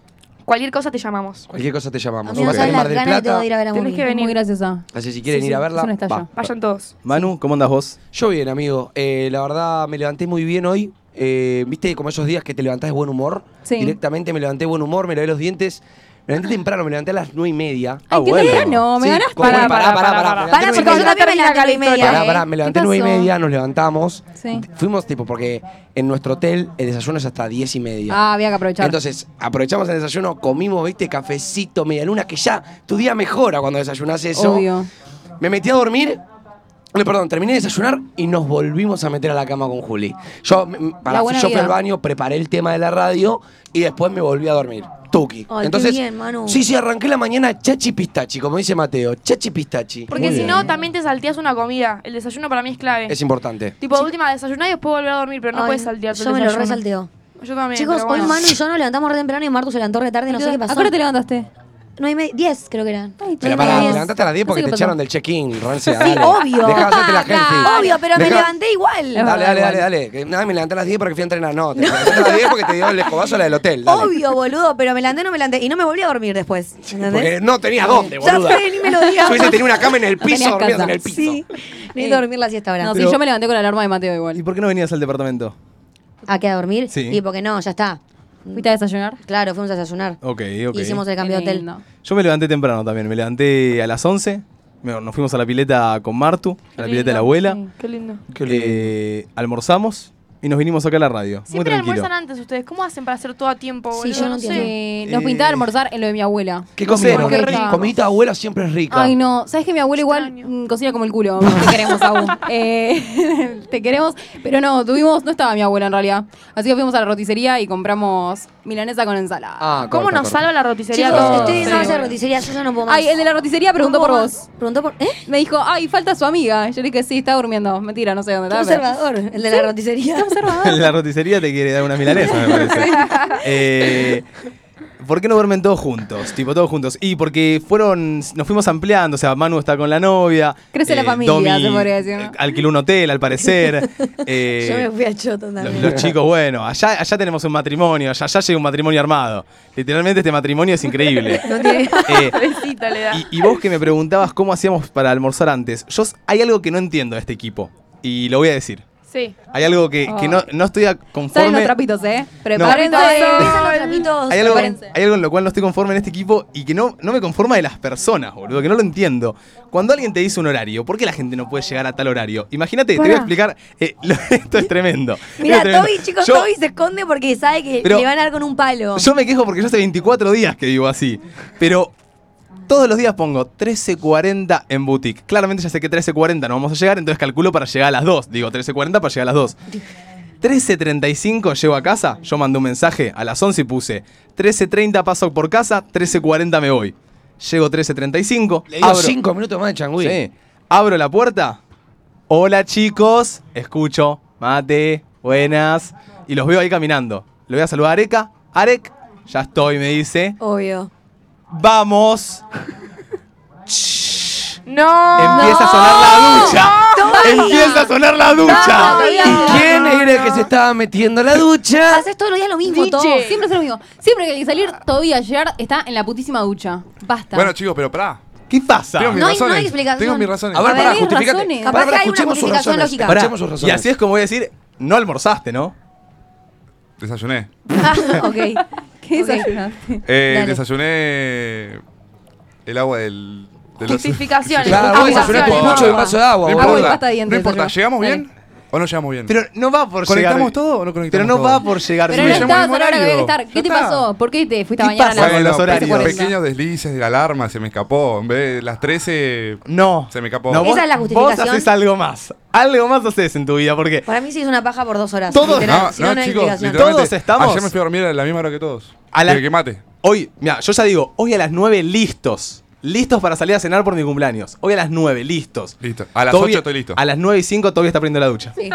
S3: Cualquier cosa te llamamos.
S5: Cualquier cosa te llamamos.
S4: Amigo,
S5: Vas a
S4: ¿sabes
S5: en
S4: las
S5: Mar del
S4: ganas que tengo de ir a
S5: Plata.
S4: ver a
S3: Tenés
S4: Moni?
S3: que venir.
S2: Muy graciosa.
S5: Así si quieren
S2: Sí,
S5: ir a
S2: sí,
S5: verla.
S2: es una estalla.
S5: va.
S1: Ah.
S3: Vayan todos.
S1: Manu, ¿cómo andas vos?
S5: Yo bien, amigo. Eh, la verdad, me levanté muy bien hoy. Eh, ¿Viste como esos días que te levantás de buen humor?
S2: Sí.
S5: Directamente me levanté de buen humor, me lavé los dientes. Me levanté temprano, me levanté a las nueve y media.
S1: Ah,
S2: ¿Qué
S1: bueno.
S2: verano? Me
S5: Sí,
S2: ganaste.
S5: como-
S3: Pará,
S5: pará,
S3: pará,
S5: pará,
S3: pará,
S5: pará.
S3: pará.
S5: Me
S4: Pará,
S5: levanté
S4: porque yo
S5: nueve y media.
S4: también me
S3: Termina
S4: levanté
S3: la
S4: a la media.
S3: historia.
S5: Pará,
S4: ¿eh?
S5: pará, me levanté
S2: ¿Qué
S5: nueve y
S2: pasó?
S5: media, nos levantamos.
S2: Sí.
S5: Fuimos, tipo, porque en nuestro hotel el desayuno es hasta diez y media.
S2: Ah, había que aprovechar.
S5: Entonces, aprovechamos el desayuno, comimos, viste, cafecito, media luna, que ya tu día mejora cuando desayunás eso.
S2: Obvio.
S5: Me metí a dormir. No, perdón, terminé de desayunar y nos volvimos a meter a la cama con Juli. Yo, mm, para,
S2: La buena
S5: yo fui
S2: vida.
S5: al baño, preparé el tema de la radio y después me volví a dormir. Tuki.
S4: Ay, qué
S5: Entonces,
S4: bien, Manu.
S5: sí, sí, arranqué la mañana chachi pistachi, como dice Mateo, chachi pistachi.
S3: Porque si no, también te salteas una comida. El desayuno para mí es clave.
S5: Es importante.
S3: tipo, última desayunar y después volver a dormir, pero no
S4: Ay,
S3: puedes saltearte.
S4: Yo
S3: el
S4: me lo
S3: desayuno.
S4: resalteo.
S3: Yo también.
S4: Chicos,
S3: pero
S4: hoy
S3: bueno.
S4: Manu y yo nos levantamos re temprano y Martu se levantó re tarde, no sé qué pasó.
S2: ¿A qué hora te levantaste?
S4: No hay me- 10 creo que eran.
S2: Ay,
S5: Pero
S4: Nueve y
S5: pará,
S4: media,
S5: te
S4: diez.
S5: levantaste a las 10
S4: No sé
S5: porque
S4: qué
S5: te
S4: pasó.
S5: echaron del check-in, Rancia.
S4: Sí,
S5: dale.
S4: obvio.
S5: Dejá de hacerte la healthy.
S4: Obvio, pero me
S5: Dejá-
S4: levanté igual.
S5: Dale, dale,
S2: igual.
S5: dale, dale. Que Nada, me levanté a las 10 porque fui a entrenar. No, te levantaste a las 10 porque te dio el escobazo la del hotel. dale.
S4: Obvio, boludo, pero me levanté, no me levanté. Y no me volví a dormir después. ¿Entendés?
S5: Porque no tenías dónde,
S4: Ya
S5: boluda.
S4: sé, ni me lo digas.
S5: Si hubiese tenido una cama en el piso,
S2: tenías
S5: dormías
S2: casa.
S5: en el piso.
S4: Sí, necesito dormir la siesta ahora.
S2: No,
S1: Pero-
S2: sí, yo me levanté con la alarma de Mateo
S1: ¿Y
S2: igual.
S1: por qué no venías al departamento?
S4: ¿A qué? ¿A dormir?
S1: Sí.
S4: Y porque no, ya está.
S2: ¿Fuiste a desayunar?
S4: Claro, fuimos a desayunar.
S1: Ok, ok.
S4: Hicimos el cambio de
S2: Qué
S4: hotel.
S2: lindo.
S1: Yo me levanté temprano también. Me levanté a las 11. Me- Nos fuimos a la pileta con Martu, a la
S3: Qué
S1: pileta de la
S3: lindo,
S1: abuela.
S3: sí, Qué lindo.
S1: Eh, almorzamos y nos vinimos acá a la radio.
S3: Siempre
S1: Muy tranquilo.
S3: almuerzan antes ustedes. ¿Cómo hacen para hacer todo a tiempo,
S4: Sí,
S3: boludo?
S4: yo no
S3: sé.
S4: entiendo.
S2: Eh, nos pintaba almorzar en lo de mi abuela.
S5: Qué
S1: cosero.
S5: cosero.
S3: Qué
S5: Comidita
S3: rico.
S5: Comidita abuela siempre es rica.
S2: Ay, no. ¿Sabes que mi abuela igual
S3: Extraño.
S2: mm, cocina como el culo? Te queremos, Abu. Eh, te queremos. Pero no, tuvimos. No estaba mi abuela en realidad. Así que fuimos a la roticería y compramos milanesa con ensalada.
S5: Ah, corta,
S3: ¿Cómo nos
S5: corta.
S3: salva la roticería?
S4: Chicos,
S5: Ah.
S4: estoy viendo
S5: Sí.
S4: a esa roticería, yo ya no puedo más.
S2: Ay, el de la roticería preguntó
S4: No
S2: por
S4: puedo
S2: vos.
S4: más. Preguntó por. ¿Eh?
S2: Me dijo, ay, falta su amiga. Yo le dije, sí, está durmiendo. Mentira, no sé dónde
S4: Qué
S2: está. pero-
S4: observador, el de la roticería.
S1: la roticería te quiere dar una milanesa, me parece. Eh, ¿Por qué no duermen todos juntos? Tipo, todos juntos. Y porque fueron. Nos fuimos ampliando. O sea, Manu está con la novia.
S2: Crece la familia, se podría decir, ¿no?
S1: eh, Alquiló un hotel, al parecer. Eh,
S4: Yo me fui a Choto
S1: Los,
S4: también.
S1: los chicos, bueno, allá, allá tenemos un matrimonio, allá, allá llega un matrimonio armado. Literalmente este matrimonio es increíble.
S4: No tiene-
S1: Eh,
S3: Besita le da.
S1: y, y vos que me preguntabas cómo hacíamos para almorzar antes, yo s- hay algo que no entiendo de este equipo y lo voy a decir.
S3: Sí.
S1: Hay algo que, que no, no estoy a-
S2: Salen los
S1: conforme.
S2: trapitos, ¿eh?
S4: Prepárense,
S2: Prepárense.
S4: empiezan los trapitos,
S1: Hay algo,
S4: prepárense.
S1: hay algo en lo cual no estoy conforme en este equipo y que no, no me conforma de las personas, boludo, que no lo entiendo. Cuando alguien te dice un horario, ¿por qué la gente no puede llegar a tal horario? Imagínate, te voy a explicar. eh, lo- esto es tremendo.
S4: Mira,
S1: Esto es tremendo.
S4: Toby, chicos,
S1: Yo-
S4: Toby se esconde porque sabe que
S1: Pero-
S4: le van a dar con un palo.
S1: Yo me quejo porque yo hace 24 días que vivo así. Pero todos los días pongo 13.40 en boutique. Claramente ya sé que 13.40 no vamos a llegar, entonces calculo para llegar a las 2. Digo 13.40 para llegar a las 2. 13.35 llego a casa, yo mandé un mensaje a las 11 y puse 13.30 paso por casa, 13.40 me voy. Llego 13.35,
S5: Le dio
S1: abro,
S5: 5 minutos más de changüí.
S1: Sí. abro la puerta. Hola chicos, escucho, mate, buenas. Y los veo ahí caminando. Le voy a saludar a Areca. Arek, ya estoy, me dice.
S4: Obvio.
S1: Vamos.
S3: No.
S1: Empieza a sonar la ducha. Empieza a sonar la ducha.
S4: No,
S5: ¿Y
S1: Ah.
S5: quién era el que se estaba metiendo a la ducha?
S4: Haces todos los días lo mismo,
S3: DJ.
S4: todo.
S2: Todo, siempre es lo mismo. Siempre que hay que salir, todavía llegar está en la putísima ducha. Basta.
S6: Bueno, chicos, pero pará.
S1: ¿Qué pasa?
S6: Tengo mis
S4: No hay- no hay
S6: razones.
S4: explicación.
S6: Tengo mis razones.
S5: A ver,
S2: A
S5: pará,
S2: ver,
S5: justificate.
S2: razones.
S5: Pará,
S4: Capaz
S5: pará,
S4: que hay una
S5: escuchemos sus
S4: justificación
S5: razones.
S4: lógica.
S1: Pará,
S5: Escuchemos sus
S1: Y
S5: razones.
S1: así es como voy a decir, no almorzaste, ¿no?
S6: Desayuné.
S4: ok.
S2: ¿Qué
S4: Ok.
S2: desayunaste?
S6: Eh,
S4: Dale.
S6: desayuné el agua del... de los-
S3: Justificaciones.
S5: Claro, vos
S6: Ah,
S5: desayunaste
S6: bueno,
S5: mucho de un
S6: bueno.
S5: vaso de agua,
S6: No
S5: boludo.
S2: y
S6: importa,
S2: pasta de dientes,
S6: no importa.
S2: desayuné.
S6: ¿llegamos
S2: Dale.
S6: bien o no llegamos bien?
S1: Pero no va por
S6: ¿Conectamos
S1: llegar.
S6: todo o no conectamos
S1: Pero no
S6: todo?
S1: va por llegar.
S2: Pero
S6: me
S2: no
S1: bien.
S6: llamo
S2: estabas
S6: en
S2: a la hora que había que estar.
S6: horario.
S2: ¿Qué te
S6: Ya está.
S2: pasó? ¿Por qué te fuiste a
S1: ¿Qué
S2: bañar a
S1: pasa con
S2: la
S1: los horarios?
S6: pequeños deslices de la alarma, se me escapó. En vez de las 13,
S1: No.
S6: Se me escapó.
S1: No, vos-
S4: Esa es la
S1: Vos
S4: justificación.
S1: haces algo más. Algo más haces en tu vida, porque
S4: Para mí sí es una paja por dos horas.
S1: Todos-
S4: literal,
S6: No,
S4: si
S6: no,
S4: hay
S6: chicos,
S4: explicación.
S6: literalmente,
S1: Todos estamos.
S6: Ayer me fui a dormir a la misma hora que todos.
S1: A la-
S6: Pero que mate.
S1: Hoy, mira, yo ya digo, hoy a las 9 listos. Listos para salir a cenar por mi cumpleaños. Hoy a las 9, listos.
S6: Listo. A las
S1: Toby-
S6: 8 estoy listo.
S1: A las 9 y 5 todavía está prendiendo la ducha.
S4: Sí.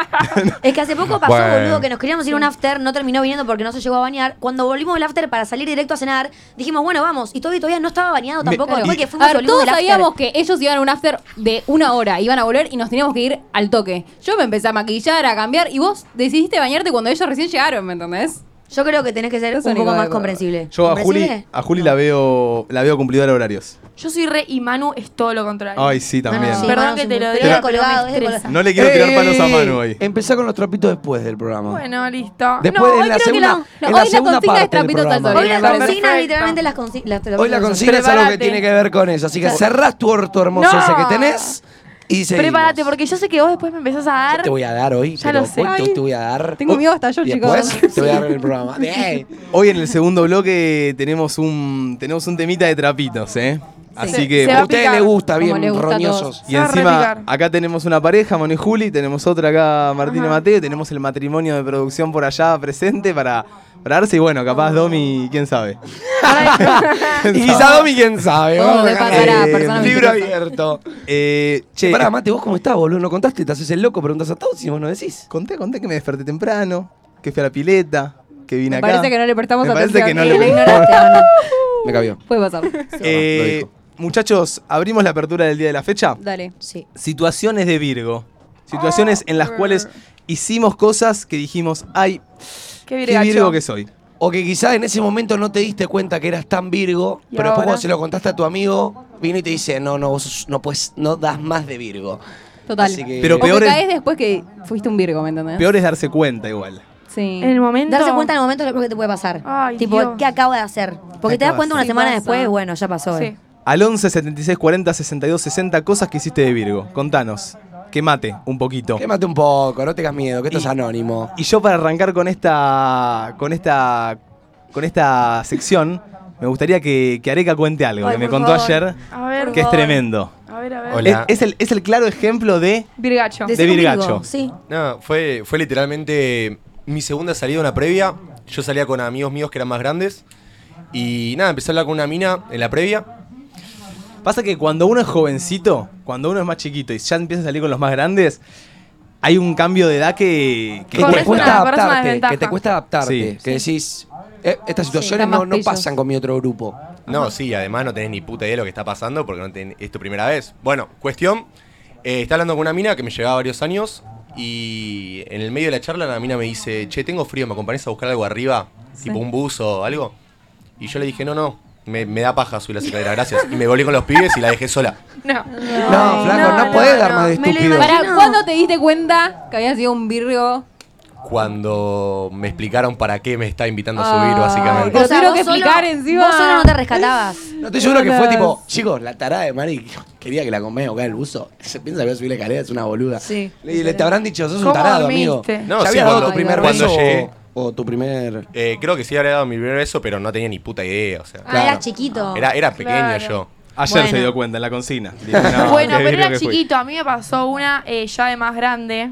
S4: Es que hace poco pasó,
S6: Bueno.
S4: boludo, que nos queríamos ir a un after, no terminó viniendo porque no se llegó a bañar. Cuando volvimos del after para salir directo a cenar, dijimos, bueno, vamos. Y todavía, todavía no estaba bañado
S1: Me-
S4: tampoco.
S1: claro.
S4: Después
S1: Y-
S4: que fuimos
S2: A
S4: y
S2: ver,
S4: volvimos
S2: todos
S4: del after.
S2: sabíamos que ellos iban a un after de una hora, iban a volver y nos teníamos que ir al toque. Yo me empecé a maquillar, a cambiar y vos decidiste bañarte cuando ellos recién llegaron, ¿me entendés?
S4: Yo creo que tenés que ser
S2: Yo
S4: un
S2: soy
S4: poco
S2: Nicolás.
S4: más comprensible.
S1: Yo a Juli,
S4: ¿Comprensible?
S1: a Juli la veo la veo cumplidora de horarios.
S3: Yo soy re y Manu es todo lo contrario.
S1: Ay, sí, también.
S4: No, no, sí,
S3: Perdón
S4: Manu,
S3: que
S4: sí,
S3: te lo
S4: pero
S3: diga,
S4: es de
S3: pero
S4: colgado,
S3: me
S4: es de
S3: estresa.
S1: No le quiero tirar
S5: Ey,
S1: palos a Manu hoy.
S5: Eh, Empezá con los trapitos después del programa.
S3: Bueno, listo.
S5: Después
S3: no,
S5: de
S3: hoy
S5: la
S3: creo que
S5: segunda,
S3: no.
S5: en
S2: hoy
S5: la
S2: la
S5: segunda
S2: consigna
S5: parte
S2: es trapitos
S5: del
S2: al
S5: programa.
S2: sol.
S4: Hoy la
S2: Perfecto.
S4: consigna, literalmente, las consignas.
S5: Hoy la consigna es algo que
S3: Preparate.
S5: tiene que ver con eso. Así que cerrás tu orto hermoso
S3: No.
S5: ese que tenés y seguimos.
S3: Prepárate, porque yo sé que vos después me empezás a
S5: Yo
S3: dar.
S5: te voy a dar hoy,
S3: Ya
S5: pero
S3: lo sé.
S5: ¿cuánto
S2: Ay,
S5: te voy a dar?
S2: tengo miedo hasta yo,
S5: Y
S2: chicos.
S5: Después te voy a dar en el programa. Bien.
S1: Hoy en el segundo bloque tenemos un tenemos un temita de trapitos, ¿eh? Así
S3: Se-
S1: que
S3: se
S5: a
S3: va
S5: ustedes
S3: picar,
S5: les gusta,
S2: como
S5: bien,
S2: le gusta a
S5: roñosos.
S1: Y
S3: Se va a
S1: encima,
S3: repicar.
S1: acá tenemos una pareja, Moni y Juli, tenemos otra acá, Martín y
S3: Ajá.
S1: Mateo, tenemos el matrimonio de producción por allá presente para, para darse, y bueno, capaz Domi, quién sabe. ¿Quién sabe?
S5: Y
S1: Eh,
S5: quizá Domi, quién sabe.
S2: Todo
S5: vamos a
S2: le
S5: dejar-
S2: pasará,
S5: Eh,
S2: persona
S5: Libro
S2: mentirosa.
S5: abierto.
S1: Eh, che,
S5: Che, pará, Mate, ¿vos cómo estás, boludo? ¿No contaste? ¿Te haces el loco? ¿Preguntas a todos y vos no decís?
S1: conté, conté que me desperté temprano, que fui a la pileta, que vine
S2: Me
S1: acá.
S2: parece que no le prestamos
S1: Me parece
S2: atención.
S1: que no le-
S2: la ignoraste, Ana.
S5: Me cabió.
S2: Puede pasar.
S1: Eh,
S5: Lo dijo.
S1: muchachos, abrimos la apertura del día de la fecha.
S2: Dale.
S4: Sí.
S1: Situaciones de Virgo. Situaciones en las cuales hicimos cosas que dijimos, ay, qué
S3: Qué virgacho.
S1: Virgo que soy.
S5: O que quizá en ese momento no te diste cuenta que eras tan Virgo,
S3: ¿Y
S5: pero después
S3: ahora?
S5: cuando se lo contaste a tu amigo, vino y te dice, no, no, vos sos- no, puedes, no das más de Virgo.
S2: Total.
S5: Así que-
S1: Pero
S2: O que
S1: peor es-
S2: caes después que fuiste un Virgo, ¿me entendés?
S1: Peor es darse cuenta igual.
S2: Sí.
S3: En el momento.
S4: Darse cuenta en el momento es lo peor que te puede pasar.
S3: Ay,
S4: tipo,
S3: Dios.
S4: ¿qué acabo de hacer? Porque
S1: ¿Qué
S4: te das
S1: acabo de
S4: cuenta una
S2: hacer?
S4: semana
S2: Sí, pasa.
S4: después, bueno, ya pasó. eh.
S3: Sí.
S1: Al 11 76 40 62 60, cosas que hiciste de Virgo. Contanos. Que mate un poquito.
S5: Quémate un poco, no tengas miedo, que esto
S1: Y-
S5: es anónimo.
S1: Y yo para arrancar con esta. con esta. con esta sección, me gustaría que, que Areca cuente algo
S3: Ay,
S1: que me
S3: por
S1: contó
S3: favor.
S1: ayer,
S3: A ver,
S1: que es
S3: por favor.
S1: tremendo.
S3: A ver, a ver.
S7: Hola.
S1: Es, es el, es el claro ejemplo de.
S3: Virgacho.
S1: De
S4: ser un
S1: virgacho.
S4: Virgo, Sí.
S7: No, fue, fue literalmente mi segunda salida a una previa. Yo salía con amigos míos que eran más grandes. Y nada, empecé a hablar con una mina en la previa.
S1: Pasa que cuando uno es jovencito, cuando uno es más chiquito y ya empieza a salir con los más grandes, hay un cambio de edad que. que
S5: Que
S3: Corres
S1: cuesta.
S5: te cuesta
S3: una- corres una
S5: adaptarte,
S3: desventaja.
S5: que te cuesta adaptarte,
S1: Sí.
S5: que decís, "Eh, estas situaciones
S2: da más
S5: no, no
S2: pillos.
S5: pasan con mi otro grupo.
S7: No, sí, además no tenés ni puta idea de lo que está pasando porque no ten- es tu primera vez. Bueno, cuestión. eh, está hablando con una mina que me llevaba varios años y en el medio de la charla la mina me dice, che, tengo frío, ¿me acompañás a buscar algo arriba? Tipo un bus o algo. Y yo le dije, no, no, me, me da paja subir la escalera, gracias. Y me volví con los pibes y la dejé sola.
S3: No.
S5: No, flaco, no, podés dar más de
S3: Me lo
S5: estúpido.
S3: imagino.
S2: Pará, ¿cuándo te diste cuenta que habías sido un Virgo?
S7: Cuando me explicaron para qué me está invitando a
S2: Ay,
S4: Ah.
S7: subir, básicamente.
S2: Pero tuvieron que
S4: vos solo-
S2: explicar encima.
S4: Vos solo no te rescatabas.
S5: No estoy seguro que fue tipo, chicos, la tarada de Mari quería que la comé acá el buzo. Se piensa que voy a subir la escalera, es una boluda.
S4: Sí.
S5: Le, le te habrán dicho, sos un
S3: ¿Cómo
S5: tarado,
S3: dormiste?
S5: amigo.
S7: No,
S5: ¿Ya
S7: sí,
S5: habías dado
S7: cuando-
S5: tu primer
S7: cuando
S5: beso
S7: llegué.
S5: o, o tu primer...?
S7: Eh, creo que sí habría dado mi primer beso, pero no tenía ni puta idea, o sea.
S4: Ah, era chiquito.
S7: Era, era pequeño
S3: Claro.
S7: yo.
S1: Ayer se
S4: Bueno.
S1: dio cuenta en la consigna. Dijo, "No,
S3: bueno,
S1: qué
S3: pero
S1: Virgo
S3: era
S1: que fui".
S3: chiquito. A mí me pasó una eh, ya de más grande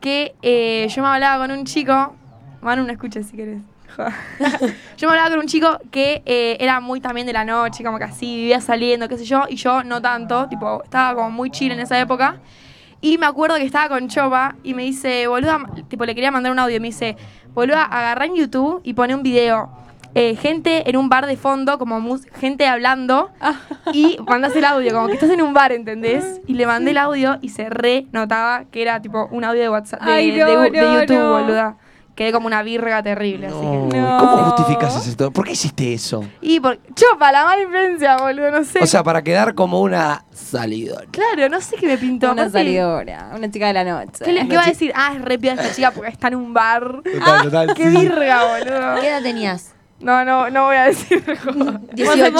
S3: que eh, yo me hablaba con un chico. Manu, no escuches si querés. yo me hablaba con un chico que eh, era muy también de la noche, como que así, vivía saliendo, qué sé yo, y yo no tanto, tipo, estaba como muy chill en esa época. Y me acuerdo que estaba con Chopa y me dice, boluda, tipo le quería mandar un audio y me dice, boluda, agarrá en YouTube y pone un video. eh, gente en un bar de fondo, como mus- gente hablando, y mandas el audio, como que estás en un bar, ¿entendés? Y le mandé el audio y se re notaba que era tipo un audio de WhatsApp, de,
S2: Ay, no,
S3: de- de
S2: no,
S3: YouTube,
S2: no.
S3: boluda. Quedé como una virga terrible, así que.
S5: No, ¿Cómo justificas esto? ¿Por qué hiciste eso?
S3: Y por. Chopa, la mala influencia, boludo, no sé.
S5: O sea, para quedar como una salidora.
S3: claro, no sé qué me pintó.
S2: Una
S3: aparte-
S2: salidora, una chica de la noche.
S3: ¿Qué le qué iba a decir? Ah, es re piola esta chica porque está en un bar.
S5: Total, total,
S3: Ah, ¡Qué virga, boludo!
S4: ¿Qué edad tenías?
S3: No, no, no voy a decir.
S4: 18.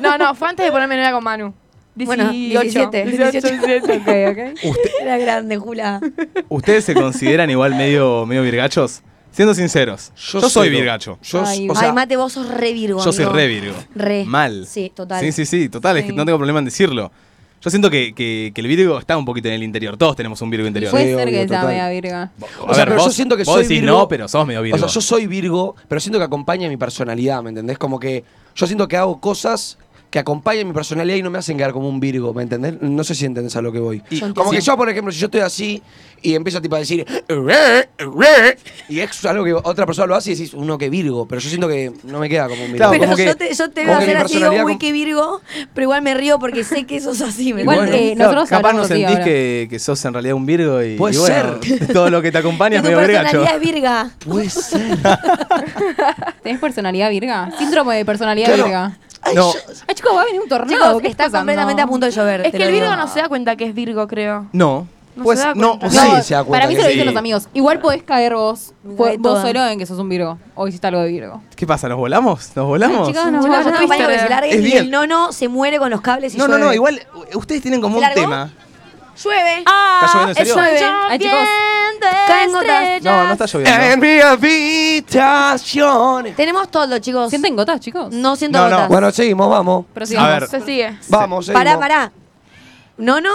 S3: No, no, fue antes de ponerme novia con Manu. 18,
S4: Bueno, 17,
S3: 18, 17.
S2: Ok, ok.
S4: Era grande, Jula.
S1: ¿Ustedes se consideran igual medio, medio virgachos? Siendo sinceros, yo, soy
S5: cero.
S1: virgacho.
S5: Yo,
S2: Ay,
S5: o sea,
S4: Ay, Mate, vos sos re Virgo.
S1: Yo soy
S4: amigo.
S1: re virgo.
S4: Re.
S1: Mal.
S4: Sí, total.
S1: Sí, sí, sí, total. Es que
S2: Sí.
S1: no tengo problema en decirlo. Yo siento que, que- que el virgo está un poquito en el interior. Todos tenemos un virgo interior.
S2: Puede
S5: Sí,
S2: ser
S5: obvio,
S2: que sea
S5: total.
S2: media Virga.
S1: A
S5: O sea,
S1: ver,
S5: pero
S1: vos,
S5: yo siento que
S1: vos
S5: soy
S1: decís
S5: Virgo.
S1: no, pero sos medio virgo.
S5: O sea, yo soy Virgo, pero siento que acompaña mi personalidad, ¿me entendés? Como que yo siento que hago cosas que acompañan mi personalidad y no me hacen quedar como un Virgo, ¿me entendés? No sé si entendés a lo que voy.
S1: Y- Yo
S5: como que yo, por ejemplo, si yo estoy así y empiezo tipo a decir "Erré, erré", y es algo que otra persona lo hace y decís uno que Virgo, pero yo siento que no me queda como un Virgo.
S1: Claro,
S4: Pero
S1: como que-
S4: yo te, yo te
S5: como
S4: veo
S5: que mi
S4: hacer así, digo,
S5: personalidad
S4: uy,
S5: com-
S4: qué Virgo, pero igual me río porque sé que sos así. ¿me
S2: Igual,
S4: entendés?
S2: eh, nosotros
S1: capaz no
S2: hablamos así
S1: sentís
S2: ahora.
S1: que, que sos en realidad un virgo y,
S5: Puede
S1: y bueno,
S5: ser.
S1: todo lo que te acompaña
S4: Que
S1: es medio
S4: tu
S1: virgacho.
S4: personalidad es Virga.
S5: Puede ser.
S2: ¿Tenés personalidad Virga? Síndrome de personalidad
S5: Claro.
S2: Virga.
S1: No,
S2: Ay, chicos, va a venir un tornado.
S4: Chicos,
S2: ¿qué
S4: está
S2: pasando?
S4: completamente a punto de llover.
S3: Es
S4: te
S3: que
S4: lo
S3: el
S4: digo.
S3: Virgo no se da cuenta que es Virgo, creo.
S1: no.
S3: No
S1: Pues
S3: se da
S1: no,
S3: cuenta.
S1: o
S2: No,
S1: sí.
S5: Sí, se da cuenta
S2: para mí
S5: que
S2: se lo
S5: sí.
S2: dicen los amigos. Igual podés caer vos,
S4: Me
S2: vos
S4: caí toda.
S2: solo en que sos un Virgo. O hiciste algo de Virgo.
S1: ¿Qué pasa? ¿Nos volamos? ¿Nos volamos?
S2: Chicas, nos vamos
S4: Chicos, yo
S2: a
S4: te acompaño que
S3: Twitter.
S4: se largue
S1: Es
S4: y
S1: bien.
S4: el nono se muere con los cables y
S1: no, no, no,
S4: llueve.
S1: igual u- ustedes tienen como un
S4: ¿Largo?
S1: tema.
S4: Llueve.
S3: Ah,
S2: Ah,
S1: ¿Está lloviendo en serio?
S4: llueve.
S2: Ay, chicos,
S4: Caen
S3: Cayendo
S4: gotas.
S3: estrellas.
S1: No, no está lloviendo.
S5: En mi habitación.
S4: Tenemos todo, chicos.
S2: ¿Sienten gotas, chicos?
S4: No siento
S1: No, no.
S4: gotas.
S5: Bueno, seguimos, vamos.
S2: Prosigamos.
S1: A ver.
S3: Se sigue.
S5: Vamos, seguimos.
S4: pará, pará. No, no.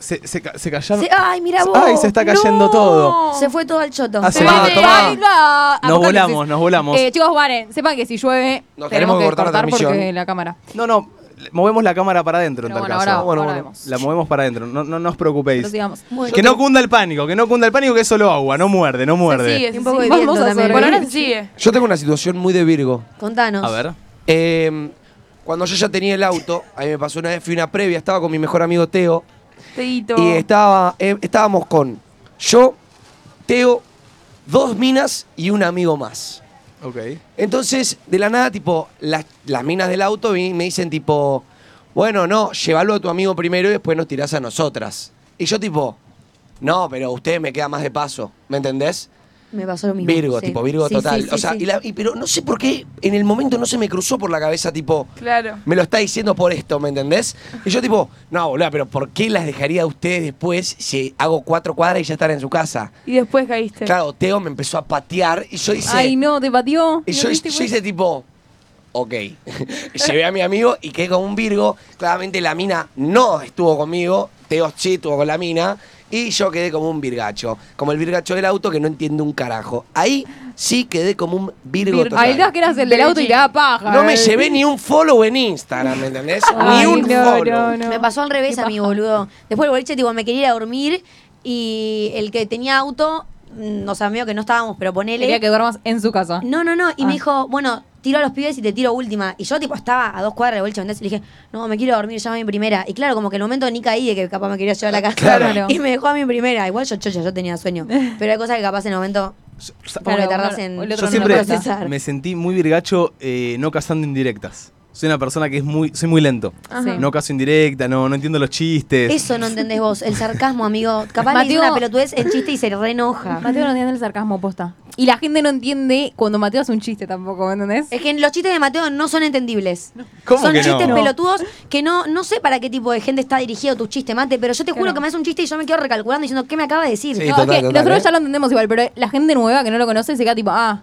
S1: Se, se, ca- se callaron.
S4: Se- ay, mira vos.
S1: Ay, se está cayendo
S3: No.
S1: todo.
S4: Se fue todo al choto.
S1: Ah, se
S3: va,
S2: Baila,
S3: tomá.
S2: baila,
S1: Nos
S2: apocalipsis.
S1: volamos, nos volamos.
S2: Eh, chicos, paren, sepan que si llueve,
S5: Nos
S2: tenemos
S5: tenemos
S2: que
S5: que
S2: cortar,
S5: cortar la transmisión.
S2: porque la cámara.
S1: No, no. le- Movemos la cámara para adentro en
S2: Pero
S1: tal
S2: bueno,
S1: caso.
S2: ahora,
S5: Bueno,
S2: ahora
S5: bueno.
S2: vemos.
S1: La movemos para adentro, no, no, no os preocupéis.
S2: Prosigamos.
S4: Bueno.
S1: Que no cunda el pánico, que no cunda el pánico, que es solo agua, no muerde, no muerde.
S3: Se sigue.
S4: Y
S3: se
S4: un poco
S3: sigue.
S4: de
S2: Vamos
S4: viento
S2: a
S4: también.
S3: Por ahora se sigue.
S5: Yo tengo una situación muy de Virgo.
S4: Contanos.
S1: A ver.
S5: Eh, cuando yo ya tenía el auto, a mí me pasó una vez, fui a una previa, estaba con mi mejor amigo Teo.
S3: Teito.
S5: Y estaba, eh, estábamos con yo, Teo, dos minas y un amigo más.
S1: Ok.
S5: Entonces, de la nada, tipo, las, las minas del auto vi- me dicen, tipo, bueno, no, llévalo a tu amigo primero y después nos tirás a nosotras. Y yo, tipo, no, pero usted me queda más de paso, ¿me entendés?
S4: Me pasó lo mismo.
S5: Virgo,
S4: sí.
S5: tipo, Virgo
S4: Sí,
S5: total.
S4: sí, sí,
S5: o sea,
S4: sí.
S5: y la- y- pero no sé por qué en el momento no se me cruzó por la cabeza, tipo,
S3: Claro.
S5: me lo está diciendo por esto, ¿me entendés? Y yo tipo, no, boludo, pero ¿por qué las dejaría a ustedes después si hago cuatro cuadras y ya están en su casa?
S3: Y después caíste.
S5: Claro, Teo me empezó a patear y yo hice,
S2: Ay, no, te pateó.
S5: y yo, yo hice tipo, ok. Llevé a mi amigo y quedé con un Virgo. Claramente la mina no estuvo conmigo, Teo sí estuvo con la mina. Y yo quedé como un virgacho, como el virgacho del auto que no entiende un carajo. Ahí sí quedé como un virgo
S3: Vir-
S5: total.
S2: Ahí no que eras el del auto y te da paja.
S5: No me
S2: eh.
S5: llevé ni un follow en Instagram, ¿me entendés?
S2: Ay,
S5: ni un
S2: no,
S5: follow.
S2: no, no.
S4: Me pasó al revés a mí, boludo. Después el boliche, tipo, me quería ir a dormir y el que tenía auto, mm, o sea, medio que no estábamos, pero ponele.
S2: Quería que duermas en su casa.
S4: No, no, no. Y
S2: Ah.
S4: me dijo, bueno, tiro a los pibes y te tiro última. Y yo, tipo, estaba a dos cuadras de boliche, ¿entendés? Y le dije, no, me quiero dormir, ya voy en primera. Y claro, como que el momento ni caí de que capaz me quería llevar a la casa.
S2: Claro.
S4: Y me dejó a mí en primera. Igual yo, chocha, yo tenía sueño. Pero hay cosas que capaz en el momento, como
S2: Claro,
S4: que tardás
S2: uno-
S4: en
S2: el otro
S1: Yo
S2: no lo
S1: siempre
S4: procesar.
S1: me sentí muy virgacho eh, no cazando indirectas. Soy una persona que es muy, soy muy lento.
S2: Ajá.
S1: No caso indirecta, no, no entiendo los chistes.
S4: Eso no entendés vos, el sarcasmo, amigo. Capaz le dice
S2: Mateo-
S4: una pelotudez en chiste y se re enoja.
S2: Mateo no entiende el sarcasmo, posta. Y la gente no entiende cuando Mateo hace un chiste tampoco, ¿me entendés?
S4: Es que los chistes de Mateo no son entendibles.
S1: ¿Cómo
S4: son
S1: que no?
S4: chistes
S1: No.
S4: pelotudos que no, no sé para qué tipo de gente está dirigido tu chiste, Mate, pero yo te juro
S2: Claro.
S4: que me hace un chiste y yo me quedo recalculando diciendo, ¿qué me acaba de decir?
S5: Sí.
S2: No,
S5: total,
S2: es que
S5: total,
S2: nosotros
S5: ¿eh?
S2: ya lo entendemos igual, pero la gente nueva que no lo conoce se queda tipo, ah,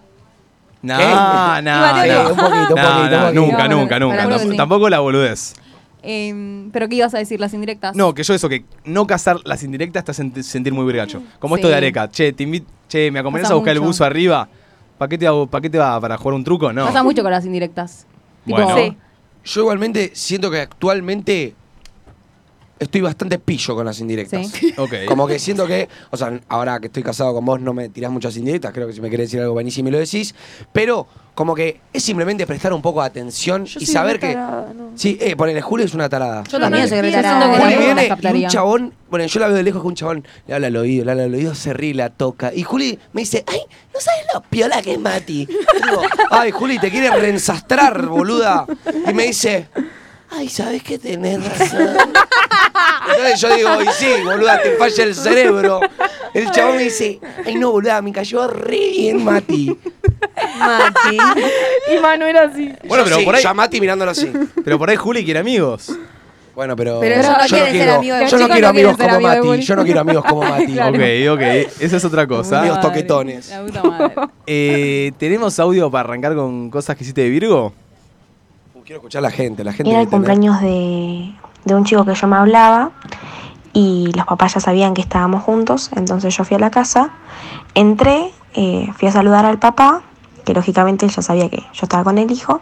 S1: No,
S5: ¿Qué?
S1: no,
S2: Mateo
S1: no.
S2: no.
S5: Un poquito, un
S1: No,
S5: poquito,
S1: no,
S5: un poquito.
S1: nunca,
S2: Bueno,
S1: nunca, nunca.
S2: para mí
S1: Tamp-
S2: sí.
S1: Tampoco la boludez.
S2: em, pero ¿qué ibas a decir? ¿Las indirectas?
S1: No, que yo eso, que no cazar las indirectas te hace senti- sentir muy virgacho.
S4: Mm,
S1: Como
S2: Sí.
S1: esto de Areca. Che, te invito, che, ¿me acompañás
S2: Pasa
S1: a buscar el
S2: mucho.
S1: buzo arriba? ¿Para qué, te hago- pa' qué te va? ¿Para jugar un truco? No.
S2: Pasa mucho con las indirectas. Tipo,
S1: Bueno.
S3: Sí.
S5: Yo igualmente siento que actualmente estoy bastante pillo con las indirectas.
S2: Sí.
S1: Ok.
S5: Como que siento que, o sea, ahora que estoy casado con vos no me tirás muchas indirectas, creo que si me querés decir algo buenísimo y lo decís, pero como que es simplemente prestar un poco de atención
S3: Yo
S5: y
S3: soy
S5: saber
S3: una
S5: que...
S3: tarada, no.
S5: Sí, eh, ponele, Julio es una tarada.
S4: Yo también
S3: no
S4: soy
S3: entiendo.
S4: retarada.
S2: Siento que
S5: Juli
S2: Ah, Bueno,
S5: viene
S2: las
S5: y
S2: captaría.
S5: un chabón, bueno, yo la veo de lejos que un chabón le habla al oído, le habla al oído, se ríe, la toca. Y Juli me dice, ay, no sabes lo piola que es Mati. Yo digo, ay, Juli, te quiere reensastrar, boluda. Y me dice, ay, sabes que tenés razón. Entonces yo digo, y sí, boluda, te falla el cerebro. El chabón me dice, ay, no, boluda, me cayó re bien Mati.
S4: Mati.
S3: Y Manuel así.
S1: Bueno,
S5: Yo
S1: pero
S5: sí,
S1: por ahí-
S5: Ya Mati mirándolo así.
S1: Pero por ahí Juli quiere amigos.
S5: Bueno, pero,
S4: Pero ellos no quieren ser
S5: quiero,
S4: amigos de
S5: yo no
S2: Juli.
S5: quiero
S2: Chicos, no quieren
S5: amigos
S2: ser
S5: como
S2: amigos de
S5: Mati.
S2: Juli.
S5: Yo no quiero amigos como Mati.
S1: Ok, ok. Esa es otra cosa.
S5: Amigos toquetones.
S2: La puta madre.
S1: Eh, ¿Tenemos audio para arrancar con cosas que hiciste de Virgo?
S5: Uh, Quiero escuchar a la gente, la gente.
S8: Era el
S5: debe tener-
S8: cumpleaños de, de un chico que yo me hablaba y los papás ya sabían que estábamos juntos, entonces yo fui a la casa, entré, eh, fui a saludar al papá, que lógicamente él ya sabía que yo estaba con el hijo,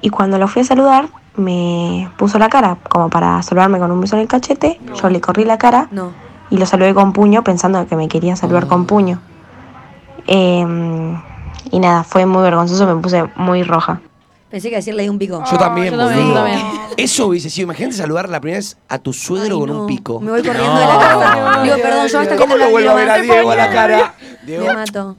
S8: y cuando lo fui a saludar me puso la cara como para saludarme con un beso en el cachete, yo le corrí la cara
S4: No.
S8: y lo saludé con puño pensando que me quería saludar con puño. Eh, y nada, fue muy vergonzoso, me puse muy roja.
S4: Pensé que decirle de un pico.
S1: Ah,
S5: Yo también,
S2: yo también,
S5: boludo.
S2: yo
S5: Eso hubiese sido. Imagínate saludar la primera vez a tu suegro
S4: Ay,
S5: con
S4: no.
S5: un pico.
S4: Me voy corriendo
S1: No.
S4: de la casa.
S1: No.
S4: Digo, perdón, yo hasta que
S5: ¿Cómo
S4: no
S5: lo vuelvo a ver a
S4: veo,
S5: Diego a la cara? Diego
S4: Me mato.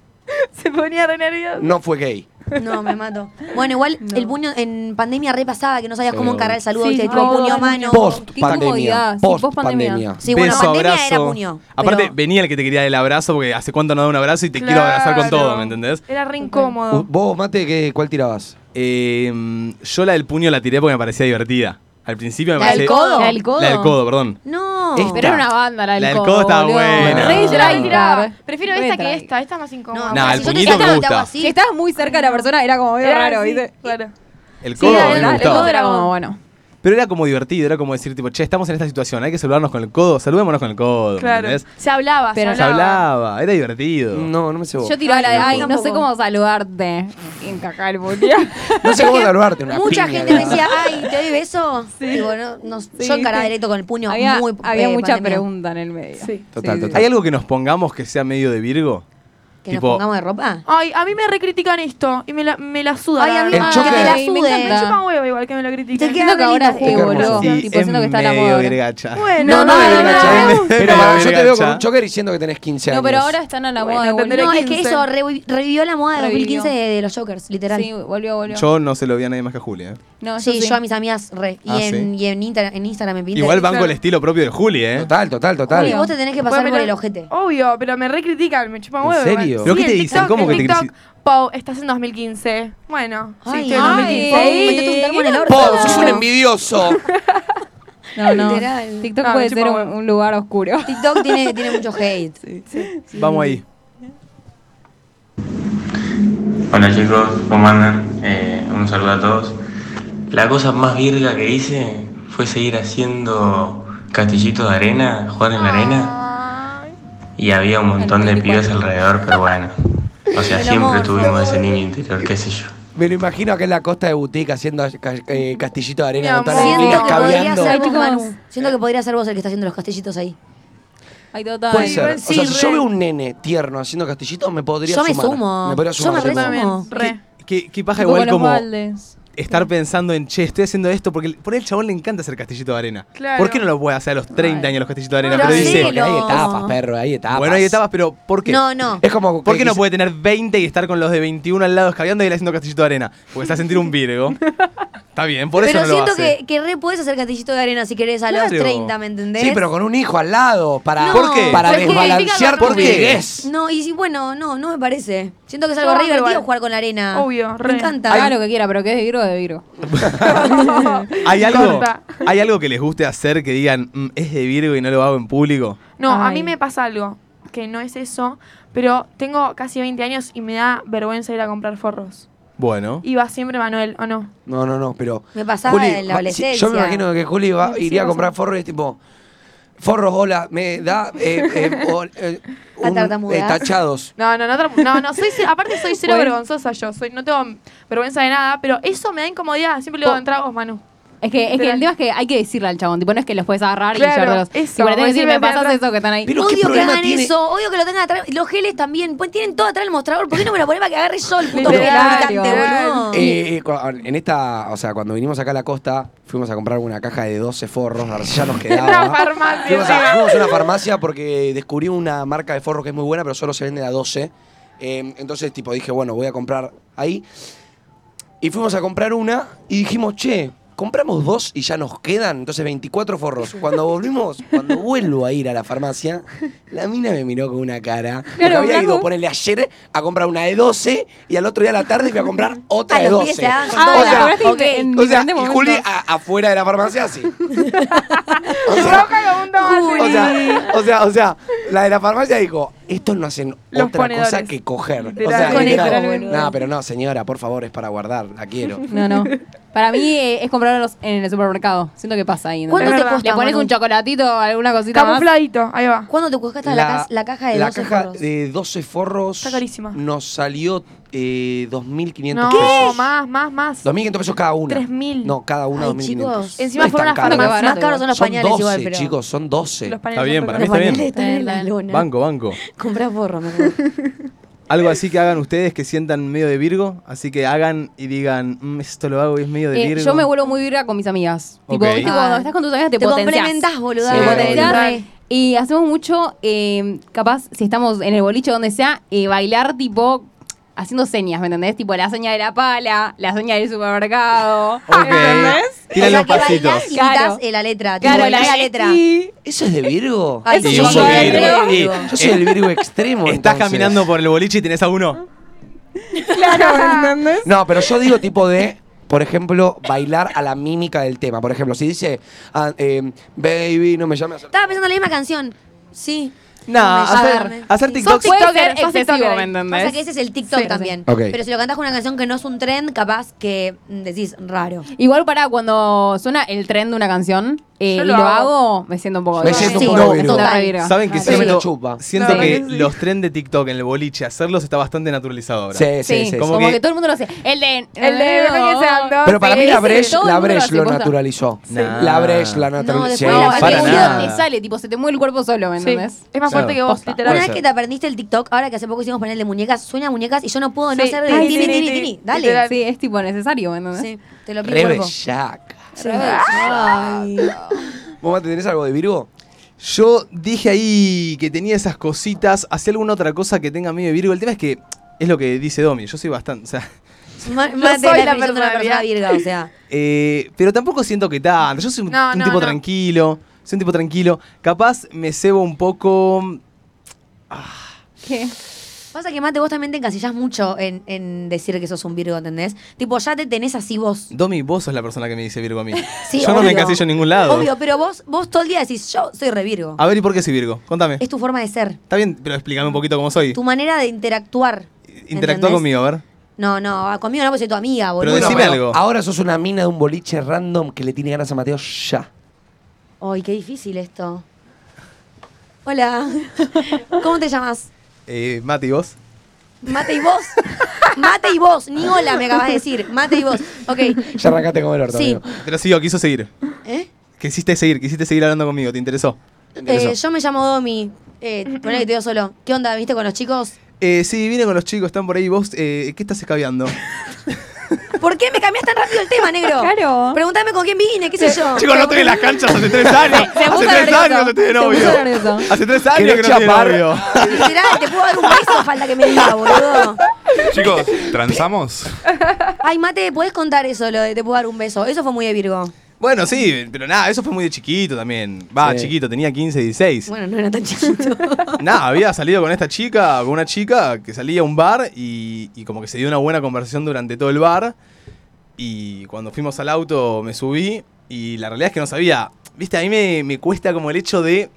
S3: Se ponía re nervioso.
S5: no fue gay.
S4: No, me mato. Bueno, igual el puño en pandemia repasaba que no sabías cómo encarar el saludo,
S2: Sí,
S4: viste,
S2: sí,
S4: tipo
S2: todo.
S4: puño mano.
S5: Post
S2: Qué incomodidad, sí,
S5: pandemia. Post
S2: post-pandemia.
S5: pandemia.
S4: Sí, bueno,
S1: Beso,
S4: pandemia
S1: abrazo.
S4: era puño.
S1: Aparte,
S4: pero-
S1: venía el que te quería el abrazo porque hace cuánto no da un abrazo y te quiero abrazar con todo, ¿me entendés? Uh,
S3: Era re incómodo.
S5: Vos, Mate, qué- ¿cuál tirabas?
S1: Eh, yo la del puño la tiré porque me parecía divertida. Al principio me
S4: ¿La del
S1: parecía.
S4: codo?
S2: ¿La del codo?
S1: La del codo, perdón.
S4: No, no.
S5: Esta.
S2: Pero era una banda la del
S1: La del
S2: Codo,
S1: Codo está
S2: boludo.
S1: buena.
S2: Re
S1: No,
S2: tryhard.
S3: mentira. Ah. Prefiero
S2: Re
S3: esta que
S2: tryhard.
S3: esta. Esta es más incómoda.
S4: No,
S1: Nah,
S4: si
S1: el
S4: yo te
S1: puñito
S4: saco,
S1: me
S4: te hago
S1: gusta.
S4: así.
S2: Si estabas muy cerca de la persona, era como medio
S3: Era
S2: raro,
S3: así,
S2: ¿viste?
S3: claro.
S1: El
S2: Sí,
S1: codo a mí
S2: era,
S1: me
S2: el codo
S1: gustaba.
S2: era como, bueno.
S1: Pero era como divertido, era como decir, tipo, che, estamos en esta situación, hay que saludarnos con el codo, saludémonos con el codo.
S3: Claro.
S1: ¿entendés?
S3: Se hablaba,
S2: Pero
S1: Se
S3: se hablaba.
S1: hablaba, era divertido.
S5: No, no me cebo.
S2: Yo tiraba la de, ay, no sé
S3: tampoco.
S2: cómo saludarte. Y encajar el puño.
S5: No sé cómo saludarte. una
S4: Mucha
S5: piña,
S4: gente
S5: la
S4: me
S5: verdad.
S4: decía, ay, ¿te doy beso? Y bueno, no- yo encaraba
S2: sí.
S4: directo con el puño
S2: había
S4: muy
S2: había
S4: eh,
S2: mucha
S4: pandemia.
S2: pregunta en el medio.
S3: Sí.
S5: Total,
S2: Sí, sí,
S5: total.
S1: ¿Hay algo que nos pongamos que sea medio de Virgo?
S4: ¿Que
S1: Tipo-
S4: nos pongamos de ropa?
S3: Ay, a mí me recritican esto y me la, me la suda.
S4: Ay,
S3: la
S4: a mí
S5: El
S3: verdad.
S4: que
S5: choque.
S4: te la
S2: Ay, me
S4: sude.
S2: encanta.
S3: Me chupa un huevo igual que me lo critiquen.
S4: Te
S2: Siento que ahora
S4: Qué
S2: es
S5: hermoso.
S2: boludo.
S1: Y
S2: Tipo, siento que está la
S1: medio
S2: moda. ahora.
S1: virgacha.
S3: Bueno,
S5: No, no,
S3: nada,
S5: me
S3: nada,
S4: "Ah,
S5: gacha,
S3: nada.
S5: ¿eh?
S1: gusta.
S5: Pero pará, yo te veo con
S1: Gacha.
S5: un choker diciendo que tenés 15 años.
S2: No, pero ahora están a la
S3: Bueno,
S2: moda de
S3: tendré
S4: No,
S2: volver.
S4: es que
S3: 15.
S4: eso revi- revivió la moda de
S2: Revivió.
S4: 2015 de, de los Jokers, literal.
S2: Sí, volvió, volvió.
S1: Yo no se lo vi a nadie más que a Juli, ¿eh?
S2: no,
S4: sí,
S2: yo sí.
S4: yo a mis amigas re. Y,
S1: Ah,
S4: en,
S1: sí.
S4: y en, Insta- en Instagram, en Pinterest.
S1: Igual banco
S3: claro.
S1: el estilo propio de Juli, ¿eh?
S5: Total, total,
S4: Juli,
S5: total.
S4: vos te tenés que pasar
S3: Bueno,
S4: por el
S3: pero-
S4: ojete.
S3: Obvio, pero me recritican, me chupan
S5: ¿En
S3: huevo.
S5: serio?
S3: igual.
S1: ¿Pero qué
S3: Sí,
S1: te
S3: en
S1: dicen?
S3: TikTok-
S1: ¿Cómo
S3: en
S1: que te
S3: TikTok,
S1: critican?
S3: Pau, estás en 2015. Bueno, sí, estoy en
S2: ay,
S3: 2015.
S2: ay,
S4: metete un termo en el orto.
S5: ¡Po! ¡Sos un envidioso!
S2: No, no.
S4: Literal.
S2: TikTok
S3: Ah,
S2: puede
S3: me chupa
S2: ser un,
S3: huevo.
S2: un lugar oscuro.
S4: TikTok tiene, tiene mucho hate.
S1: Vamos ahí.
S9: Hola chicos, ¿cómo andan? Eh, un saludo a todos. La cosa más virga que hice fue seguir haciendo castillitos de arena, jugar en la arena,
S3: Ay,
S9: y había un montón de pibes
S2: 24.
S9: alrededor, pero bueno. O sea,
S4: El
S9: siempre
S4: amor.
S9: tuvimos ese niño interior, qué sé yo.
S5: Me lo imagino acá en la costa de Boutique haciendo ca- eh, castillito de arena
S3: Mi
S5: con tal
S3: amor.
S5: de
S4: Siento
S5: chicas
S4: que, podría
S5: caviando.
S2: Ay,
S4: ser vos,
S2: chicos.
S4: Manu. Siento que podría ser vos el que está haciendo los castellitos ahí.
S2: Ay, total.
S5: Puede
S3: Ay,
S5: ser. O
S3: sí,
S5: sea, si yo
S3: re.
S5: veo un nene tierno haciendo castillitos, me podría
S4: Yo me
S5: sumar.
S4: sumo.
S5: Me podría
S4: Yo me
S5: sumar.
S4: re
S5: tipo.
S4: sumo.
S3: también, re.
S1: ¿Qué, qué paja
S2: Tipo
S1: igual
S2: con los
S1: como
S2: baldes.
S1: estar pensando en, che, estoy haciendo esto porque el- por ahí el chabón le encanta hacer castillito de arena.
S3: Claro.
S1: ¿Por qué no lo puede hacer a los 30 años los castillitos de arena?
S4: Pero
S1: Pero,
S4: sí,
S1: dice,
S5: porque hay
S4: no.
S5: etapas, perro, hay etapas.
S1: bueno, hay etapas, pero ¿por qué?
S4: No, no.
S5: Es como.
S1: ¿Por
S5: que
S1: qué no
S5: quise-
S1: puede tener 20 y estar con los de 21 al lado escabeando y él haciendo castillito de arena? Porque está a sentir un Virgo. Está bien, por eso
S4: Pero
S1: no lo
S4: siento
S1: hace.
S4: que, que re puedes hacer castillito de arena si querés a los
S1: Claro.
S4: 30, ¿me entendés?
S5: Sí, pero con un hijo al lado. Para,
S4: No.
S1: ¿Por qué?
S5: para
S3: Porque
S5: desbalancear
S3: significa
S5: tu
S1: dormir.
S5: viguez.
S4: No, y si, bueno, no, no me parece. Siento que es
S3: Yo
S4: algo re
S3: banco
S4: divertido
S3: igual.
S4: jugar con la arena.
S3: Obvio,
S4: Me
S3: re.
S4: encanta.
S2: Haga lo que quiera, pero que es de Virgo, de Virgo.
S1: ¿Hay algo,
S3: Corta.
S1: ¿Hay algo que les guste hacer que digan, "Mm, es de Virgo y no lo hago en público?
S3: No, a mí
S2: Ay.
S3: me pasa algo que no es eso, pero tengo casi 20 años y me da vergüenza ir a comprar forros.
S1: Bueno.
S3: Y va siempre Manuel, ¿o no?
S5: No, no, no, pero.
S4: Me pasaba
S5: Juli,
S4: en la
S5: va- si-
S4: adolescencia.
S5: yo me imagino que Juli va-
S3: Sí,
S5: iría a
S3: pasa.
S5: comprar forros y es tipo. Forros, hola, me da. eh, eh, ol- eh,
S4: La tartamudez.
S5: eh, tachados.
S3: No, no, no, tra- no, no, soy, ce- aparte soy cero
S2: Bueno.
S3: vergonzosa yo, soy, no tengo vergüenza de nada, pero eso me da incomodidad, siempre le digo, entra vos, Manu.
S2: Es que, es que el
S3: Literal.
S2: tema es que hay que decirle al chabón, tipo, no es que los puedes agarrar y
S3: Claro,
S2: llevártelos.
S3: eso,
S2: Tipo, le tenés que decir,
S3: decirme
S2: me pasas
S3: atrás.
S2: eso que están ahí.
S5: Pero qué
S4: odio que
S5: problema
S4: hagan
S5: tiene-
S4: eso, odio que lo tengan atrás. Los geles también, pues, tienen todo atrás el mostrador. ¿Por qué no me lo ponen para que agarre yo el puto gel
S3: Literal,
S4: lubricante,
S3: literal.
S4: boludo?
S5: Eh, eh, cua- en esta, o sea, cuando vinimos acá a la costa, fuimos a comprar una caja de 12 forros, la ya nos quedaba.
S3: Una farmacia,
S5: Fuimos
S3: sí.
S5: a, fuimos a una farmacia porque descubrí una marca de forros que es muy buena, pero solo se vende a 12. Eh, entonces, tipo, dije, bueno, voy a comprar ahí. Y fuimos a comprar una y dijimos, che, compramos dos y ya nos quedan, entonces 24 forros. Cuando volvimos, cuando vuelvo a ir a la farmacia, la mina me miró con una cara. Porque
S2: Claro,
S5: había
S2: claro.
S5: ido, ponerle ayer a comprar una de 12 y al otro día a la tarde fui a comprar otra
S4: Ah,
S5: de
S4: los pibes
S5: 12.
S4: se daban con
S2: Ah,
S4: todo.
S5: o sea,
S2: la
S4: ok.
S2: verdad es que en
S5: O sea,
S2: diferentes
S5: y
S2: momentos.
S5: Juli a- afuera de la farmacia así. O
S3: Yo
S5: sea,
S3: acá lo junto más,
S5: o
S3: sí.
S5: sea, o sea, o sea, la de la farmacia dijo, estos no hacen
S3: Los
S5: otra
S3: ponedores.
S5: cosa que coger. O
S3: Literal.
S5: sea,
S4: Con
S5: literal.
S4: eco, boludo.
S5: no, pero no, señora, por favor, es para guardar, la quiero.
S2: No, no. Para mí eh, es comprarlos en el supermercado. Siento que pasa ahí. ¿no?
S4: ¿Cuánto
S3: Es
S4: te
S3: verdad.
S4: cuesta,
S2: Le pones
S4: Manu?
S2: un chocolatito o alguna cosita más.
S3: Camufladito, ahí va.
S4: ¿Cuándo te cuesta la, cas- la caja de
S5: la
S4: 12
S5: caja
S4: forros?
S5: de 12 forros
S3: Está carísima.
S5: nos salió eh, 2.500
S3: No,
S5: pesos.
S3: más, más, más.
S5: 2.500 pesos cada una.
S3: 3.000.
S5: No, cada una
S4: Ay,
S5: 2.500.
S4: chicos.
S3: Encima
S5: No
S3: fueron
S5: es tan
S3: las
S5: caro.
S2: farmacias.
S4: Más caros son los
S5: Son
S4: pañales
S5: 12,
S4: igual, pero...
S5: chicos, son 12.
S3: Los
S1: Está
S3: paneles
S1: bien,
S3: son
S1: para mí
S4: Los
S1: está
S4: pañales
S1: bien.
S4: están en la lona.
S1: Banco, banco.
S4: Comprá forro, me acuerdo.
S1: Algo así que hagan ustedes que sientan medio de Virgo. Así que hagan y digan, "Mm, esto lo hago y es medio de
S2: Eh,
S1: Virgo.
S2: yo me vuelvo muy virga con mis amigas. Tipo,
S1: Ok.
S2: ¿viste? Cuando estás con tus amigas te,
S4: Te
S2: potencias.
S4: complementás, boluda.
S5: Sí,
S2: Te
S5: obvio.
S2: potencias.
S4: Re.
S2: Y hacemos mucho, eh, capaz, si estamos en el boliche donde sea, eh, bailar tipo haciendo señas, ¿me entendés? Tipo la seña de la pala, la seña del supermercado.
S1: Ok.
S2: ¿Entendés?
S1: Tira
S4: o sea,
S1: los
S4: que
S1: pasitos.
S4: bailás y imitás
S2: Claro.
S4: eh, la letra.
S2: Claro,
S4: tipo,
S2: la,
S4: imitás letra.
S2: Y-
S5: ¿Eso es de Virgo?
S4: Ay,
S1: Sí,
S4: yo
S1: un
S4: soy
S1: poco
S4: re
S1: de Virgo.
S4: Virgo.
S5: Yo soy el Virgo extremo.
S1: Estás
S5: entonces.
S1: caminando por el boliche y tenés a uno.
S2: Claro, ¿me entendés?
S5: No, pero yo digo tipo de. por ejemplo, bailar a la mímica del tema. Por ejemplo, si dice, ah, eh, baby, no me llames
S4: Estaba pensando en la misma canción. Sí.
S1: No, hacer,
S4: llames.
S1: hacer TikTok.
S2: Puede
S3: TikToker,
S2: ser
S3: sos
S2: excesivo,
S3: TikToker.
S2: ¿me
S4: Pasa que
S2: entendés?
S4: ese es el TikTok
S2: Sí,
S4: también.
S5: sí. Ok.
S4: Pero si lo cantás con una canción que no es un trend, capaz que mm, decís raro.
S2: Igual para cuando suena el tren de una canción eh,
S3: Yo
S2: y
S3: lo
S2: lo
S3: hago.
S2: hago, me siento un poco
S5: Me
S2: virgo.
S5: siento
S4: un Sí,
S5: poco
S2: me
S5: virgo.
S2: siento re
S4: Total.
S2: virgo.
S1: Saben que
S5: Sí.
S1: siento
S5: Me
S1: que,
S5: chupa.
S1: siento
S3: No,
S1: que
S3: no, sí.
S1: los trends de TikTok en el boliche, hacerlos está bastante naturalizado ahora.
S5: Sí, sí, sí.
S2: Sí,
S5: sí.
S2: como,
S1: Como
S2: que,
S1: que
S2: todo el mundo lo hace. El de...
S3: El de Enloqueceando.
S5: Pero para
S2: Ah, Sí,
S5: mí la
S2: ese,
S5: Bresh,
S2: todo el
S5: la
S2: mundo lo
S5: Bresh lo
S2: hace, posta.
S5: naturalizó.
S1: Sí.
S5: La Bresh la
S4: No,
S5: naturalizó.
S4: después la
S2: no,
S1: para
S2: para
S1: nada.
S2: te sale, tipo, se te mueve el cuerpo solo, ¿me
S3: Sí.
S2: entendés?
S3: Es más
S1: Claro.
S3: fuerte que vos,
S2: Posta.
S3: literal.
S4: una vez
S1: ser.
S4: que te aprendiste el TikTok, ahora que hace poco hicimos ponerle muñecas, sueña muñecas y yo no puedo no
S3: Sí.
S4: saber
S3: Ay,
S4: tini,
S3: sí,
S4: tini,
S3: sí,
S4: tini,
S3: sí.
S4: Dale.
S3: Literal.
S2: Sí, es tipo necesario, ¿me entendés?
S4: Sí, te lo pido. cuerpo.
S5: Rebellaca.
S4: Sí. Ay.
S5: ¿Vos Mate, tenés algo de Virgo?
S1: Yo dije ahí que tenía esas cositas. ¿Hacía alguna otra cosa que tenga medio de Virgo? El tema es que es lo que dice Domi. Yo soy bastante. O sea,
S4: Ma-
S3: Yo
S4: Mate,
S3: soy la
S4: definición de una persona
S3: persona
S4: virga, o sea.
S1: eh, pero tampoco siento que tanto. Yo soy un,
S3: No,
S1: un
S3: no,
S1: tipo
S3: no.
S1: tranquilo. Soy un tipo tranquilo. Capaz me cebo un poco.
S2: ¿Qué?
S4: Pasa que, Mate, vos también te encasillás mucho en, en decir que sos un virgo, ¿entendés? Tipo, ya te tenés así vos.
S1: Domi, vos sos la persona que me dice Virgo a mí.
S4: Sí,
S1: yo no me
S4: obvio.
S1: encasillo en ningún lado. Ah.
S4: Obvio, pero vos, vos todo el día decís, yo soy re virgo.
S1: A ver, ¿y por qué soy Virgo? Contame.
S4: Es tu forma de ser,
S1: Está bien, pero explícame un poquito cómo soy.
S4: tu manera de interactuar.
S1: Interactúa
S4: ¿entendés?
S1: conmigo, a ver.
S4: No, no, ah, conmigo no, porque soy tu amiga, boludo.
S1: Pero decime algo.
S5: Ahora sos una mina de un boliche random que le tiene ganas a Mateo ya.
S4: Ay, qué difícil esto. Hola. ¿Cómo te llamas?
S1: Eh, Mati, ¿y ¿vos?
S4: Mate y vos. Mate y vos. Ni hola me acabas de decir. Mate y vos. Ok.
S5: Ya arrancaste con el orto,
S4: Sí.
S5: amigo.
S1: Pero sigo, quiso seguir.
S4: ¿Eh?
S1: Quisiste seguir, quisiste seguir hablando conmigo, ¿te interesó? Te
S4: Eh,
S1: interesó.
S4: yo me llamo Domi. Eh, ponele que te veo solo. ¿Qué onda? ¿Viste con los chicos?
S1: Eh, sí, vine con los chicos, están por ahí. ¿Vos eh, qué estás escabeando?
S4: ¿Por qué me cambiás tan rápido el tema, negro?
S2: Claro.
S4: Pregúntame con quién vine, qué sé yo.
S1: Chicos, no estoy en las canchas hace tres años.
S2: Se- se
S1: hace
S2: puso
S1: tres
S2: nervioso.
S1: años no estoy de
S2: Se puso nervioso.
S1: novio. Hace tres años que
S5: ¿Querés
S1: no estoy de
S5: chapar?
S1: novio.
S4: Literal, te puedo dar un beso, falta que me diga, boludo.
S6: Chicos, ¿transamos?
S4: Ay, Mate, ¿podés contar eso, lo de te puedo dar un beso? Eso fue muy de Virgo.
S1: Bueno, sí, pero nada, eso fue muy de chiquito también. Va,
S5: Sí.
S1: chiquito, tenía 15, 16.
S4: Bueno, no era tan chiquito.
S1: Nada, había salido con esta chica, con una chica que salía a un bar y, y como que se dio una buena conversación durante todo el bar. Y cuando fuimos al auto me subí y la realidad es que no sabía. Viste, a mí me, me cuesta como el hecho de.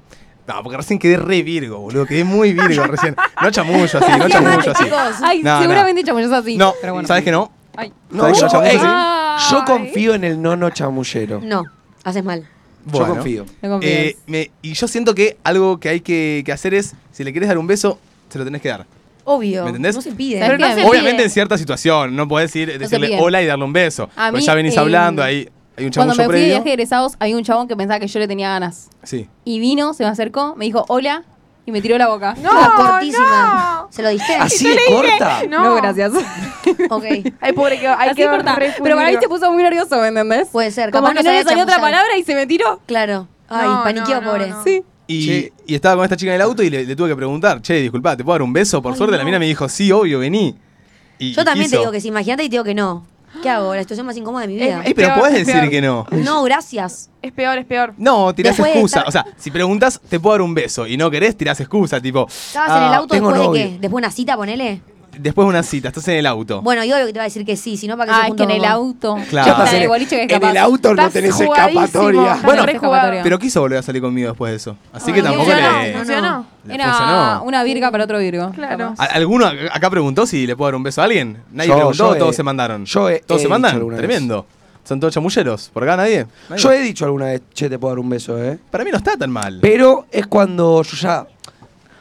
S1: No, porque recién quedé re virgo, boludo. Quedé muy virgo recién. No chamullo así, no
S4: Gracias, Mate,
S1: chamullo así.
S4: chicos.
S2: Ay,
S1: No,
S2: seguramente no. es así.
S1: No,
S2: pero bueno.
S1: ¿sabes que no?
S2: Ay.
S5: No,
S1: ¿Sabés que
S5: yo,
S1: yo chamuyo,
S5: ey,
S1: sí?
S5: yo confío en el nono chamullero.
S4: No, haces mal.
S1: Bueno.
S5: Yo confío.
S2: No confíes.
S1: Eh, me- y yo siento que algo que hay que, que hacer es, si le querés dar un beso, se lo tenés que dar.
S4: Obvio.
S1: ¿Me entendés?
S4: No se pide.
S2: Pero no se
S1: Obviamente
S2: pide.
S1: en cierta situación, no podés ir, decirle
S2: pide.
S1: hola y darle un beso.
S2: A
S1: Porque
S2: mí,
S1: ya venís
S2: eh,
S1: hablando, ahí hay un
S2: Cuando
S1: chamullo
S2: me fui de
S1: previo.
S2: viaje de egresados, había un chabón que pensaba que yo le tenía ganas.
S1: Sí.
S2: Y vino, se me acercó, me dijo hola y me tiró la boca.
S3: No,
S4: No, cortísima.
S3: no.
S4: ¿Se lo diste?
S1: Ah,
S5: Así de corta.
S3: No.
S2: No, gracias.
S4: Ok.
S3: Ay, pobre, que hay
S2: Así
S3: que
S2: corta. Pero para mí
S3: este
S2: se puso muy nervioso, ¿me entendés?
S4: Puede ser,
S2: Como
S4: capaz
S2: que
S4: no
S2: no le
S4: sabía
S2: salió otra
S4: chamullar.
S2: palabra y se me tiró.
S4: Claro. Ay,
S3: No,
S4: paniqueo,
S3: no, no,
S4: pobre.
S3: no.
S2: Sí.
S1: Y,
S5: Che.
S1: y estaba con esta chica en el auto y le, le tuve que preguntar, che, disculpa, ¿te puedo dar un beso? Por suerte la mina me dijo, sí, obvio, vení. Y-
S4: Yo
S1: y
S4: también
S1: quiso.
S4: te digo que sí, imagínate y te digo que no. ¿Qué hago? La situación más incómoda de mi vida.
S1: Ey, Eh, pero
S3: Peor,
S1: podés
S3: es
S1: decir
S3: peor.
S1: que no.
S4: No, gracias.
S3: Es peor, es peor.
S1: No, tirás
S4: Después de
S1: excusa.
S4: estar-
S1: O sea, si preguntas, te puedo dar un beso. Y no querés, tirás excusa. Tipo,
S4: ¿Estabas en
S1: ah,
S4: el auto
S5: tengo
S4: después de
S5: novio.
S4: qué? ¿Después de una cita, ponele?
S1: después de una cita, estás en el auto.
S4: Bueno, yo lo que te iba a decir que sí, si no, para que
S2: Ah,
S4: se
S2: es que
S4: junten
S2: en el
S4: los dos.
S2: auto.
S1: Claro.
S2: Ya
S1: Estás
S2: está,
S1: en
S2: el
S1: el-
S2: boliche que
S5: En el
S2: capaz.
S5: auto no
S3: Estás
S5: tenés
S3: jugadísimo.
S5: escapatoria.
S3: Estás
S2: Bueno,
S3: re jugador.
S1: Pero quiso volver a salir conmigo después de eso. Así que
S4: no,
S1: tampoco
S4: yo
S1: le...
S4: no,
S1: le
S4: no, no.
S3: Funcionó.
S2: Era
S1: funcionó.
S2: una virga para otro virgo.
S3: Claro.
S1: ¿Al- ¿Alguno ac- acá preguntó si le puedo dar un beso a alguien? Nadie
S5: Yo-
S1: preguntó,
S5: yo he-
S1: todos se mandaron.
S5: yo he-
S1: ¿Todos
S5: he
S1: se
S5: dicho
S1: mandan?
S5: alguna
S1: Tremendo. ¿Son todos chamulleros? ¿Por acá nadie? Nadie.
S5: Yo he dicho alguna vez, che, te puedo dar un beso, ¿eh?
S1: Para mí no está tan mal.
S5: Pero es cuando yo ya.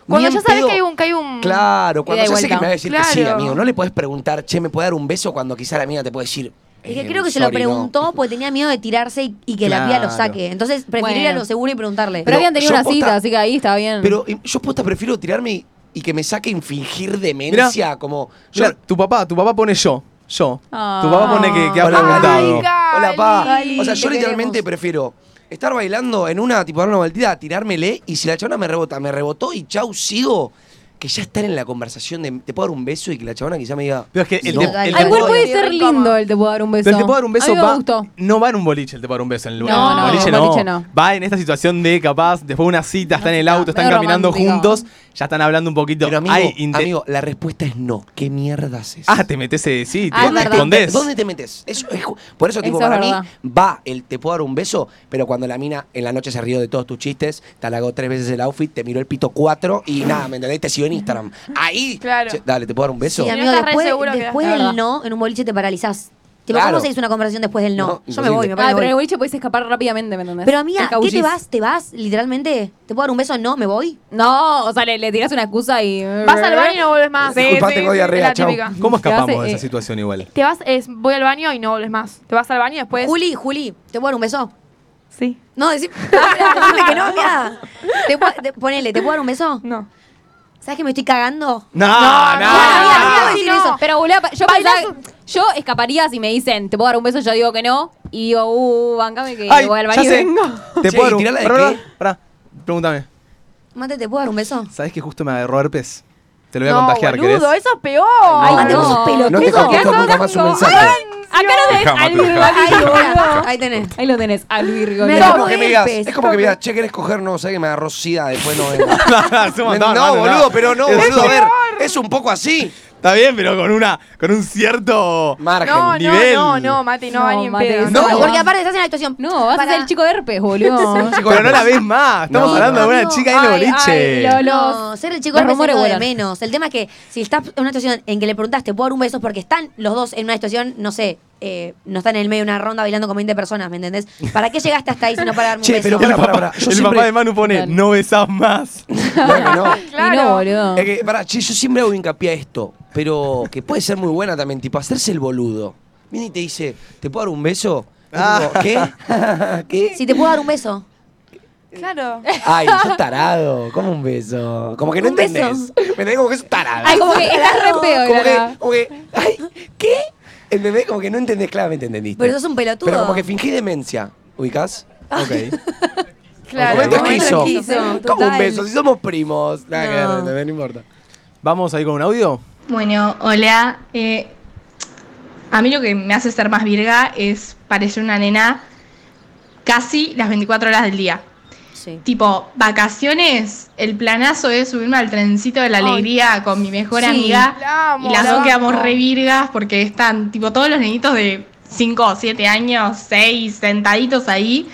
S3: Cuando
S5: ni
S3: ya
S5: en
S3: sabes
S5: pedo-
S3: que hay un. Que hay un
S5: Claro, cuando
S2: Ida y
S5: ya sé que
S2: vuelta.
S5: me va a decir que sí,
S3: Claro.
S5: amigo. No le podés preguntar, che, ¿me puede dar un beso? Cuando quizá la amiga te puede decir.
S4: Es
S5: "Eh,
S4: que creo que se lo
S5: sorry, no".
S4: preguntó porque tenía miedo de tirarse y, y que la pía lo
S1: Claro.
S4: saque. Entonces prefirió ir a
S2: Bueno.
S4: lo seguro y preguntarle.
S2: Pero
S5: No,
S2: habían tenido
S5: yo
S2: una
S5: posta-
S2: cita, así que ahí estaba bien.
S5: Pero eh, yo posta prefiero tirarme y, y que me saquen fingir demencia,
S1: Mirá.
S5: como. Yo,
S1: Yo- tu papá, tu papá pone yo. Yo.
S2: Ah.
S1: Tu papá pone que, que ha
S5: Hola,
S1: preguntado.
S3: Gali.
S5: Hola, pa.
S4: Gali,
S5: o sea, yo
S4: te
S5: literalmente
S4: queremos.
S5: prefiero estar bailando en una, tipo, dar una vueltita, tirármele y si la chabona me rebota, me rebotó y chau, sigo. que ya estar en la conversación de te puedo dar un beso y que la chabona quizá me diga.
S1: Pero es que el
S5: no.
S1: de- el
S2: Ay,
S1: de-
S2: igual
S1: puedo-
S2: puede
S3: Sí,
S2: ser
S3: re incómodo.
S2: lindo el te puedo dar un beso.
S1: Pero el te puedo dar un
S2: A
S1: beso
S2: mí me
S1: va.
S2: gustó.
S1: No va en un boliche el te puedo dar un beso. En el,
S2: No,
S1: en el
S2: no,
S1: boliche,
S2: en
S1: no.
S2: boliche no.
S1: Va en esta situación de capaz, después de una cita, están en el auto, están
S2: medio
S1: caminando
S2: romántico.
S1: juntos, ya están hablando un poquito.
S5: Pero amigo,
S1: Hay inte-
S5: amigo, la respuesta es no. ¿Qué mierda haces?
S1: Ah, te metes eh, sí, te
S2: Ah, es verdad.
S1: escondés.
S5: ¿Dónde te metes? Eso es ju- por eso, tipo,
S2: Eso es
S5: para mí
S2: verdad.
S5: va el te puedo dar un beso, pero cuando la mina en la noche se rió de todos tus chistes, te halagó tres veces el outfit, te miró el pito cuatro y nada, ¿me entendés? Te siguió en Instagram. Ahí,
S3: Claro.
S5: che, dale, te puedo dar un beso.
S4: Sí,
S3: a mí-
S4: amigo,
S3: estás re
S4: después,
S3: seguro que
S4: después
S2: la
S4: del
S2: verdad.
S4: no, en un boliche te paralizás. Tipo,
S5: Claro.
S4: ¿cómo se hizo una conversación después del
S5: No,
S4: no? Yo me
S5: imposible.
S4: voy, me,
S2: Ah,
S4: me
S2: pero en el
S4: voy.
S2: boliche puedes escapar rápidamente, ¿me entendés?
S4: Pero amiga, ¿qué
S2: escabullís.
S4: te vas? ¿Te vas? Literalmente, ¿te puedo dar un beso? No, me voy.
S2: No, o sea, le, le tirás una excusa y.
S3: Vas al baño y no vuelves más.
S5: Sí, Disculpa, tengo diarrea,
S3: es la
S5: chau.
S3: típica.
S1: ¿Cómo
S2: Te hace,
S1: escapamos de esa
S2: eh,
S1: situación igual?
S3: Te vas, es, voy al baño y no vuelves más. Te vas al baño y
S2: Pues-
S3: después.
S4: Juli, Juli, ¿te puedo dar un beso?
S3: Sí.
S4: No, decí- decime que no, amiga. Te puedo- te- ponele, ¿te puedo dar un beso?
S3: No.
S4: ¿Sabes que me estoy cagando?
S1: No,
S3: no,
S1: no,
S3: no,
S4: amiga,
S3: no,
S4: no te voy a decir
S3: no.
S4: eso.
S2: Pero boludo, yo
S3: Bailás
S2: pensaba- yo escaparía si me dicen, ¿te puedo dar un beso? Yo digo que no. Y digo, uh, bancame que
S1: Ay,
S2: voy al
S1: ya
S2: baño y
S1: sé.
S2: vengo.
S1: Te
S5: Che,
S1: puedo dar
S5: ¿y
S1: un-
S5: tirala de
S1: pará,
S5: qué?
S1: pará, pará. Pregúntame.
S4: Mate, ¿te puedo dar un beso?
S1: ¿Sabés que justo me agarró herpes? Te lo voy a
S3: no,
S1: contagiar,
S3: boludo,
S1: ¿querés?
S3: eso es peor.
S4: Ay,
S2: Ay,
S4: Mate,
S2: no.
S4: vos sos
S5: No te
S4: pelotudo.
S5: contesto nunca más un mensaje.
S2: Acá no ves
S6: Deja,
S2: al
S6: Mate, deja.
S4: Ahí,
S2: Virgo.
S4: mira, ahí tenés.
S2: Ahí lo tenés, al Virgo.
S4: Me
S5: Es
S4: No,
S5: como que me digas,
S4: herpes,
S5: es como que me digas, che, ¿querés coger? No, sé que me agarró sida, después no vengo.
S1: Es un montón,
S5: no,
S1: hermano,
S5: boludo, pero no,
S1: Es
S5: boludo, a
S1: un-
S5: ver, es un poco así.
S1: Está bien, pero con una, con un cierto.
S5: Margen.
S3: No,
S1: nivel.
S3: no, no, no, Mati, no,
S2: No,
S3: va ni en
S2: Mate,
S3: pedo.
S2: eso
S4: No,
S2: no.
S4: porque aparte estás en la actuación.
S2: No, vas
S4: Para-
S2: a ser el chico de herpes, boludo.
S1: Pero no la ves más. Estamos
S5: No,
S1: hablando
S4: no,
S1: de una
S4: no.
S1: chica en el
S2: Ay,
S1: boliche.
S2: ay, lo-
S4: No,
S2: los-
S4: ser el
S2: los
S4: chico de
S2: rumores
S4: rumores de
S2: vuelan.
S4: menos. El tema es que si estás en una situación en que le preguntaste, ¿puedo dar un beso? Porque están los dos en una situación, no sé, eh, no están en el medio de una ronda bailando con 20 personas, ¿me entendés? ¿Para qué llegaste hasta ahí si no para darme un
S5: Che,
S4: beso?
S5: pero
S1: el
S5: pará, pará,
S1: papá,
S5: pará. Yo
S1: el
S5: siempre-
S1: papá de Manu pone,
S2: Dale.
S1: no besás más.
S5: Claro que no.
S2: Y no, boludo.
S5: Es que, pará, che, yo siempre hago hincapié a esto, pero que puede ser muy buena también, tipo, hacerse el boludo. Viene y te dice, ¿te puedo dar un beso? Y
S1: Ah.
S5: digo, ¿Qué? ¿Qué?
S4: Si te puedo dar un beso.
S3: Claro.
S5: Ay, sos tarado. ¿Cómo un beso? Como que no
S4: Un beso.
S5: entendés. Me tenés como que sos tarado.
S2: Ay, como que estás re feo,
S5: como que,
S2: Irana.
S5: como que, ay, ¿qué? ¿Entendés? Como que no entendés, claramente entendiste.
S4: Pero sos un pelotudo.
S5: Pero como que fingí demencia. ¿Ubicás?
S1: Ok.
S3: Claro.
S5: Momentos
S4: Momentos
S5: quiso.
S4: quiso,
S5: Como un
S4: total.
S5: beso, si somos primos. Nada que ver,
S4: No.
S5: ¿entendés? no importa.
S1: Vamos ahí con un audio.
S10: Bueno, hola. eh, a mí lo que me hace ser más virga es parecer una nena casi las 24 horas del día.
S4: Sí.
S10: Tipo, vacaciones, el planazo es subirme al trencito de la
S3: Ay.
S10: alegría con mi mejor
S4: Sí,
S10: amiga.
S3: la amo,
S10: y las
S3: la
S10: dos quedamos
S3: amo.
S10: re virgas porque están, tipo, todos los nenitos de 5 o 7 años, 6, sentaditos ahí.